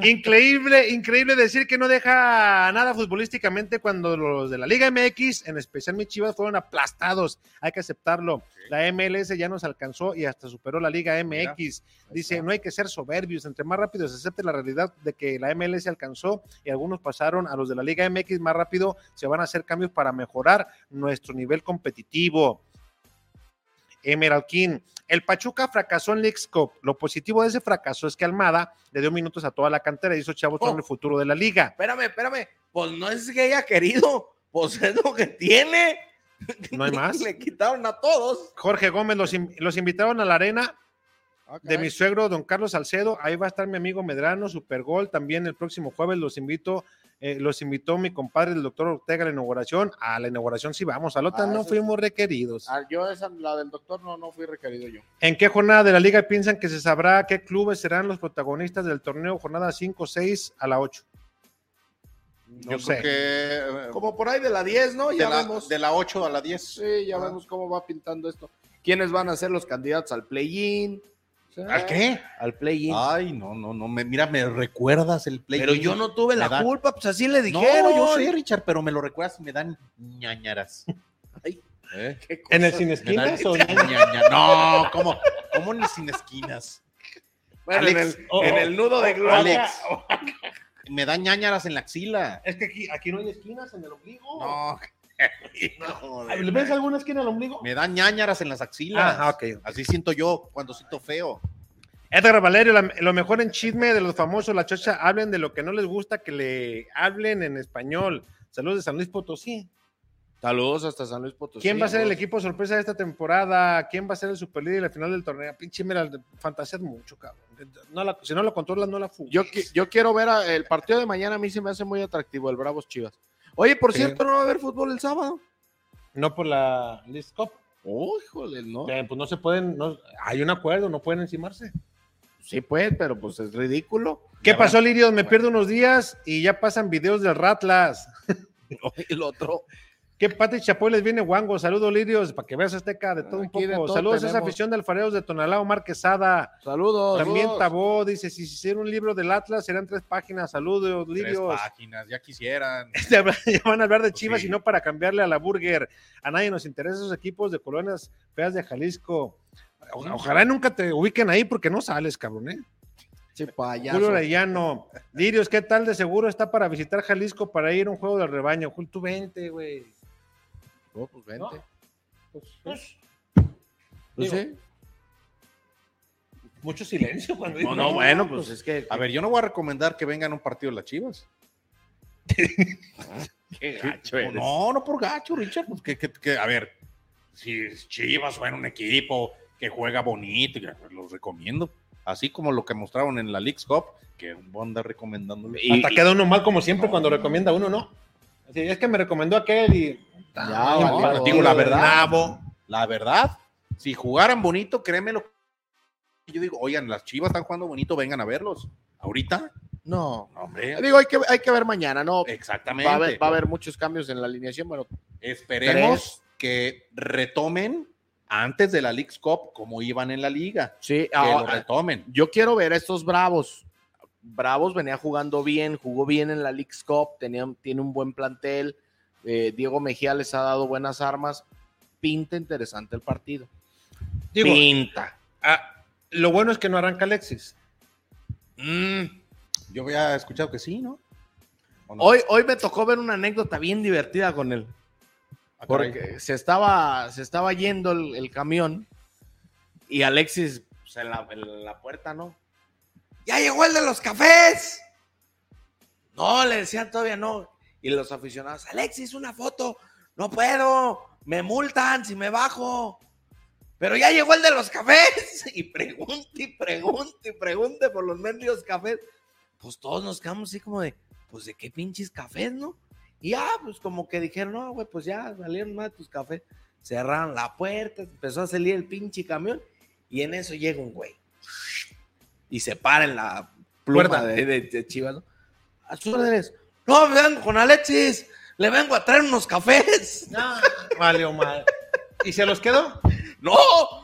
S3: Increíble, increíble decir que no deja nada futbolísticamente cuando los de la Liga MX, en especial mis Chivas, fueron aplastados. Hay que aceptarlo. La MLS ya nos alcanzó y hasta superó la Liga MX. Dice, no hay que ser soberbios. Entre más rápido se acepte la realidad de que la MLS alcanzó y algunos pasaron a los de la Liga MX, más rápido se van a hacer cambios para mejorar nuestro nivel competitivo. Emerald King, el Pachuca fracasó en League's Cup. Lo positivo de ese fracaso es que Almada le dio minutos a toda la cantera y esos chavos son
S1: Oh.
S3: el futuro de la liga.
S1: Espérame, espérame. Pues no es que haya querido, pues es lo que tiene.
S3: No
S1: <laughs>
S3: hay más.
S1: Le quitaron a todos.
S3: Jorge Gómez,
S1: <laughs>
S3: los, in- los invitaron a la arena
S2: Ah,
S3: de mi suegro, don Carlos Salcedo. Ahí va a estar mi amigo Medrano, Supergol. También el próximo jueves los invito, eh, los invitó mi compadre, el doctor Ortega, a la inauguración. A la inauguración sí vamos, a la otra
S2: Ah,
S3: no
S2: eso-
S3: fuimos requeridos.
S2: Ah, yo esa, la del doctor no, no fui requerido yo.
S3: ¿En qué jornada de la liga piensan que se sabrá qué clubes serán los protagonistas del torneo? Jornada 5, 6 a la 8.
S4: Yo
S3: No sé.
S4: creo que. eh,
S1: Como por ahí de la 10, ¿no?
S4: de,
S1: Ya
S4: la,
S1: vemos.
S4: de la 8 a la 10.
S2: Sí, ya
S1: Ajá.
S2: vemos cómo va pintando esto. ¿Quiénes van a ser los candidatos al play-in? Sí.
S3: ¿A qué?
S1: Al play-in.
S2: Ah,
S4: Ay, no, no, no. Me, mira, me recuerdas el play.
S1: Pero yo no tuve la
S4: ¿Verdad?
S1: culpa, pues así le
S4: No,
S1: dijeron.
S4: yo sé, Richard, pero me lo recuerdas y me dan ñañaras.
S1: Ay.
S4: ¿Eh?
S2: ¿Qué
S3: ¿En el
S2: cosa?
S3: sin
S4: Me dan
S3: esquinas o
S4: ñaña- No, ¿cómo? ¿Cómo ni sin esquinas?
S2: Bueno, en
S4: Alex, Oh,
S2: el-
S3: o-
S2: en el nudo de gloria.
S4: Alex, <laughs> me dan ñañaras en la axila.
S3: Es que aquí, aquí no hay esquinas en el ombligo.
S4: No,
S3: ¿Le ves alguna esquina al ombligo?
S4: me dan ñañaras en las axilas.
S3: Ah, ok.
S4: Así siento yo cuando siento feo.
S3: Edgar Valerio, la- lo mejor en chisme de los famosos, la chocha, hablen de lo que no les gusta que le hablen en español. Saludos de San Luis Potosí.
S1: Saludos hasta San Luis Potosí.
S3: ¿Quién va a ser el
S1: amigos.
S3: equipo sorpresa de esta temporada? ¿Quién va a ser el super líder y la final del torneo? Pinche, mira, fantaseas mucho, cabrón. No la- si no lo controlas, no la fugas.
S2: Yo, qui- yo quiero ver a- el partido de mañana, a mí se me hace muy atractivo, el Bravos Chivas. Oye, por
S3: Sí.
S2: cierto, ¿no va a haber fútbol el sábado?
S3: No por la List Cup.
S2: Oh, híjole, no.
S3: Eh, pues no se pueden, no- hay un acuerdo, no pueden encimarse.
S2: Sí, pues, pero pues es ridículo.
S3: ¿Qué pasó, Lirio? Me pierdo unos días y ya pasan videos del Ratlas.
S2: <laughs>
S1: El otro.
S3: ¿Qué Pati Chapoy les viene guango? Saludos, Lirios, para que veas Azteca de todo un
S2: Aquí de
S3: poco.
S2: todo
S3: Saludos a esa
S2: tenemos.
S3: afición de alfareros de Tonalá, Omar Quesada.
S2: Saludos. Oh,
S3: También
S2: saludos.
S3: Tabó dice: si se hiciera un libro del Atlas, serán tres páginas. Saludos,
S4: Tres
S3: Lirios.
S4: páginas, ya quisieran.
S3: <laughs> Ya van a hablar de Chivas
S4: Sí.
S3: y no para cambiarle a la burger. A nadie nos interesa esos equipos de colonias feas de Jalisco. O- Ojalá nunca te ubiquen ahí porque no sales, cabrón, ¿eh?
S2: Sí, payaso.
S3: Julio Orellano. Lirios, ¿qué tal de seguro está para visitar Jalisco para ir a un juego del rebaño? Jul, tú vente, güey.
S2: No, pues vente.
S3: No. pues,
S2: Pues, sí.
S3: Mucho silencio cuando
S2: No, no, bueno, pues es que.
S4: A ver, yo no voy a recomendar que vengan a un partido de las Chivas.
S2: qué
S4: Sí, No, no por gacho, Richard. Pues que, que- que- a ver, si es Chivas fuera un equipo que juega bonito, ya, pues, los recomiendo. Así como lo que mostraron en la League's Cup, que voy a andar recomendando.
S3: Hasta queda uno mal como siempre
S4: No.
S3: cuando recomienda uno, ¿no? Así, es que me recomendó aquel y...
S4: Ah,
S1: Ah,
S2: Ya,
S3: Ay,
S2: valió.
S3: padre.
S4: Digo la verdad.
S3: Nabo.
S4: La verdad, si jugaran bonito, créemelo. Yo digo, oigan, las Chivas están jugando bonito, vengan a verlos. Ahorita,
S2: No.
S4: no, hombre,
S2: Digo, hay que, hay que ver mañana, ¿no?
S4: exactamente.
S2: Va a, haber, va a haber muchos cambios en la alineación. Bueno,
S4: Esperemos que retomen antes de la League's Cup como iban en la liga.
S2: sí,
S4: Que lo
S2: ah,
S4: retomen.
S2: yo quiero ver a estos Bravos. Bravos venía jugando bien, jugó bien en la League's Cup, tenía, tiene un buen plantel. eh, Diego Mejía les ha dado buenas armas. Pinta interesante el partido.
S3: Digo,
S2: Pinta.
S3: ah, lo bueno es que no arranca Alexis.
S2: Mm.
S4: Yo había escuchado que sí, ¿no? ¿O no?
S2: Hoy, hoy me tocó ver una anécdota bien divertida con él.
S4: Ah, caray.
S2: Porque se estaba, se estaba yendo el, el camión y Alexis pues, en, la, en la puerta, ¿no? ¡Ya llegó el de los cafés! No, le decían todavía no. Y los aficionados, Alexis, una foto. No puedo, me multan si me bajo. Pero ya llegó el de los cafés. <laughs> Y pregunte y pregunte y pregunte por los mendigos cafés. Pues todos nos quedamos así como de, pues de qué pinches cafés, ¿no? Y ya, pues como que dijeron, no, güey, pues ya salieron más de tus cafés. Cerraron la puerta, empezó a salir el pinche camión. Y en eso llega un güey. Y se para en la pluma
S3: Puerta.
S2: de, de- de Chivas, ¿no? A sus órdenes. No, vengo con Alexis. Le vengo a traer unos cafés.
S3: No, vale, Omar. ¿Y se los quedó?
S2: <laughs> No,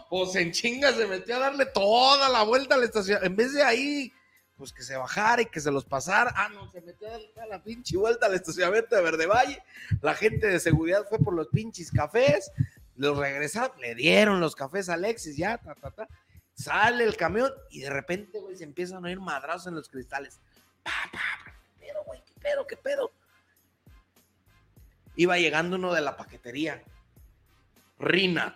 S2: pues en chinga se metió a darle toda la vuelta a la estación. En vez de ahí, pues que se bajara y que se los pasara. Ah, no, se metió a darle toda la pinche vuelta al estacionamiento de Verde Valle. La gente de seguridad fue por los pinches cafés. Los regresaron, le dieron los cafés a Alexis, ya, ta, ta, ta. Sale el camión y de repente, güey, se empiezan a oír madrazos en los cristales. Pa, pa, pa, ¿Qué pedo, güey? ¿Qué pedo? ¿Qué pedo? Iba llegando uno de la paquetería. Rinat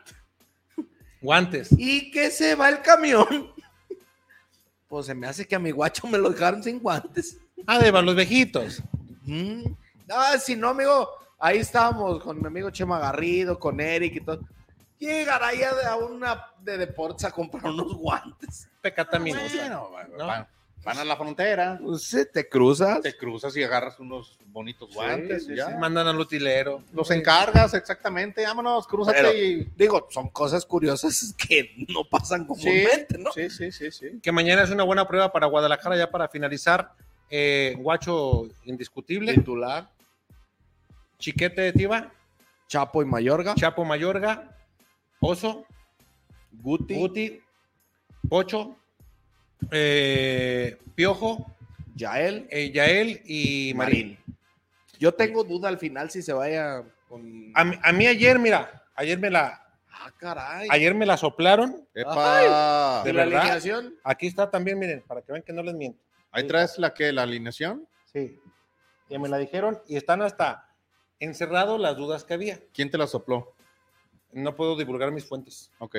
S3: Guantes.
S2: y que se va el camión. <laughs> Pues se me hace que a mi guacho me lo dejaron sin guantes.
S3: Ah, de los viejitos.
S2: Mm. Ah, si no, amigo, ahí estábamos con mi amigo Chema Garrido, con Eric y todo. Llegar ahí a, a una de deportes a comprar unos guantes.
S3: Pecataminos.
S1: Bueno, van, van a la frontera,
S2: Se Pues te cruzas.
S1: te cruzas y agarras unos bonitos guantes. y ya.
S3: Mandan al utilero. Eh,
S1: Los encargas, exactamente. Vámonos, crúzate
S2: Pero-
S1: y.
S2: Digo, son cosas curiosas <laughs> que no pasan comúnmente, ¿no?
S1: Sí, sí, sí, sí.
S3: Que mañana es una buena prueba para Guadalajara, ya para finalizar. eh, guacho indiscutible.
S2: Titular,
S3: Chiquete de Tiba.
S2: Chapo y Mayorga,
S3: Chapo Mayorga. Oso.
S2: Guti,
S3: Guti. Pocho. eh, Piojo.
S2: Yael,
S3: eh, Yael y
S2: Marín.
S3: Marín.
S2: Yo tengo duda al final si se vaya con...
S3: A, mí- a mí ayer, mira, ayer me la,
S2: Ah, caray.
S3: ayer me la soplaron.
S1: Epa.
S3: Ay.
S2: ¿De
S3: ¿De
S2: la
S3: verdad?
S2: alineación?
S3: Aquí está también, miren, para que vean que no les miento.
S1: Ahí traes la que, la alineación.
S3: Sí. Ya me la dijeron y están hasta encerrados las dudas que había.
S1: ¿Quién te la sopló?
S3: No puedo divulgar mis fuentes
S1: Ok.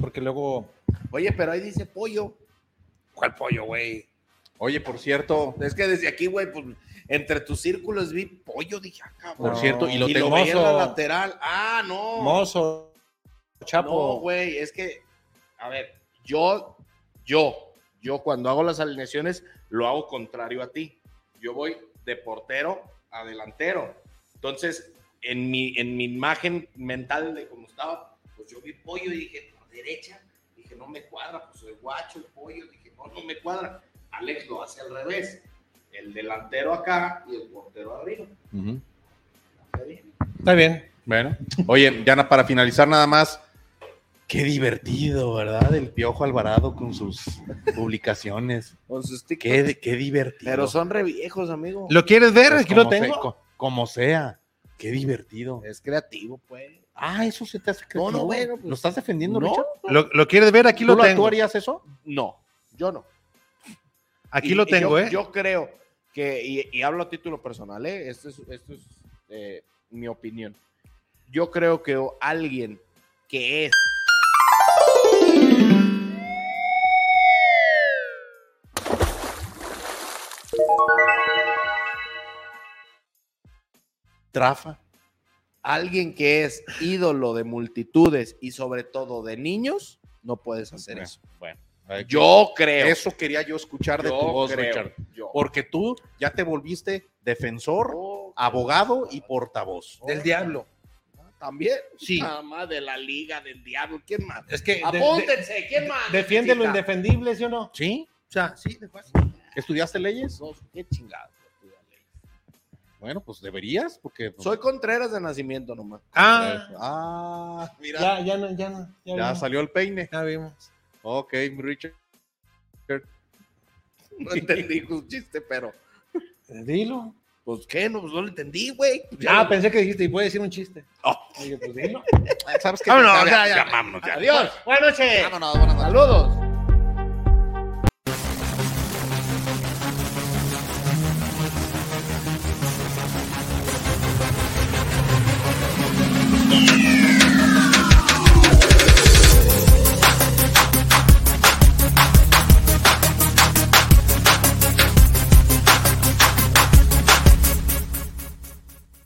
S3: porque luego.
S2: Oye, pero ahí dice pollo.
S3: ¿Cuál pollo, güey?
S1: Oye, por cierto,
S2: Es que desde aquí, güey, pues entre tus círculos vi pollo, dije, ah, cabrón.
S1: por cierto, y lo
S2: y
S1: tengo.
S2: lo veía en la
S3: Mozo.
S2: lateral. Ah, no.
S3: Mozo,
S2: No,
S3: Chapo.
S2: güey, es que, a ver, yo, yo, yo cuando hago las alineaciones lo hago contrario a ti. Yo voy de portero a delantero. Entonces, en mi, en mi imagen mental de cómo estaba, pues yo vi pollo y dije, por derecha, dije, no me cuadra, pues soy guacho, el pollo, dije, no, no me cuadra. Alex lo hace al revés. El delantero acá y el portero arriba.
S1: Ujú.
S2: Está bien.
S3: Está bien.
S1: Bueno. Oye, Yana, para finalizar nada más. Qué divertido, ¿verdad? El Piojo Alvarado con sus publicaciones.
S2: Con sus tics.
S1: Qué, qué divertido.
S2: Pero son re viejos, amigo.
S3: ¿Lo quieres ver?
S1: Pues
S3: Aquí lo
S1: como sea-
S3: tengo.
S1: co- como sea. Qué divertido.
S2: Es creativo, pues.
S1: Ah, eso se te hace creativo.
S2: no, bueno, pues-
S1: ¿Lo estás defendiendo,
S2: No,
S1: Richard?
S3: ¿Lo, lo quieres ver? Aquí
S1: ¿Tú,
S3: lo
S1: lo-
S3: tengo.
S1: tú harías eso?
S2: No, yo no.
S3: Aquí
S2: Y-
S3: lo
S2: y yo,
S3: tengo, ¿eh?
S2: Yo creo que, y, y hablo a título personal, ¿eh? Esto es, esto es eh, mi opinión. Yo creo que alguien que es.
S1: Trafa.
S2: Alguien que es ídolo de multitudes y sobre todo de niños, no puedes hacer
S1: Bueno,
S2: eso.
S1: bueno. Ay,
S2: Yo creo.
S1: Eso quería yo escuchar de
S2: Yo
S1: tu voz,
S2: creo,
S1: Richard.
S2: yo.
S1: Porque tú ya te volviste defensor,
S2: Yo
S1: abogado y portavoz.
S3: Del diablo.
S2: también.
S3: Sí.
S2: Nada más de la liga del diablo. ¿Quién más?
S3: Es que. de- de-
S2: Apúntense, ¿quién más?
S3: defiende lo
S2: necesita?
S3: indefendible, ¿sí o no?
S1: ¿Sí?
S3: O sea, sí, de fácil.
S1: ¿Estudiaste leyes?
S2: No, qué chingado.
S1: Bueno, pues deberías, porque.
S2: Soy Contreras de nacimiento nomás.
S3: Ah,
S1: Ah, mira. Ya,
S3: ya, ya, no, ya, no, ya, vimos.
S1: salió el peine.
S3: Ya vimos.
S1: Ok, mi Richard.
S2: <laughs> No entendí un chiste, pero.
S3: Dilo.
S2: Pues qué, no, pues no lo entendí, güey.
S3: Ah, pensé que dijiste, y puede decir un chiste.
S2: Oh.
S3: Dije, pues dilo.
S1: ¿Sabes qué?
S2: Vámonos,
S1: Ya,
S2: ya, ya.
S1: ya, vámonos,
S2: <laughs>
S1: ya.
S2: Adiós. Buenas noches.
S1: Vámonos, buenas noches.
S2: Saludos.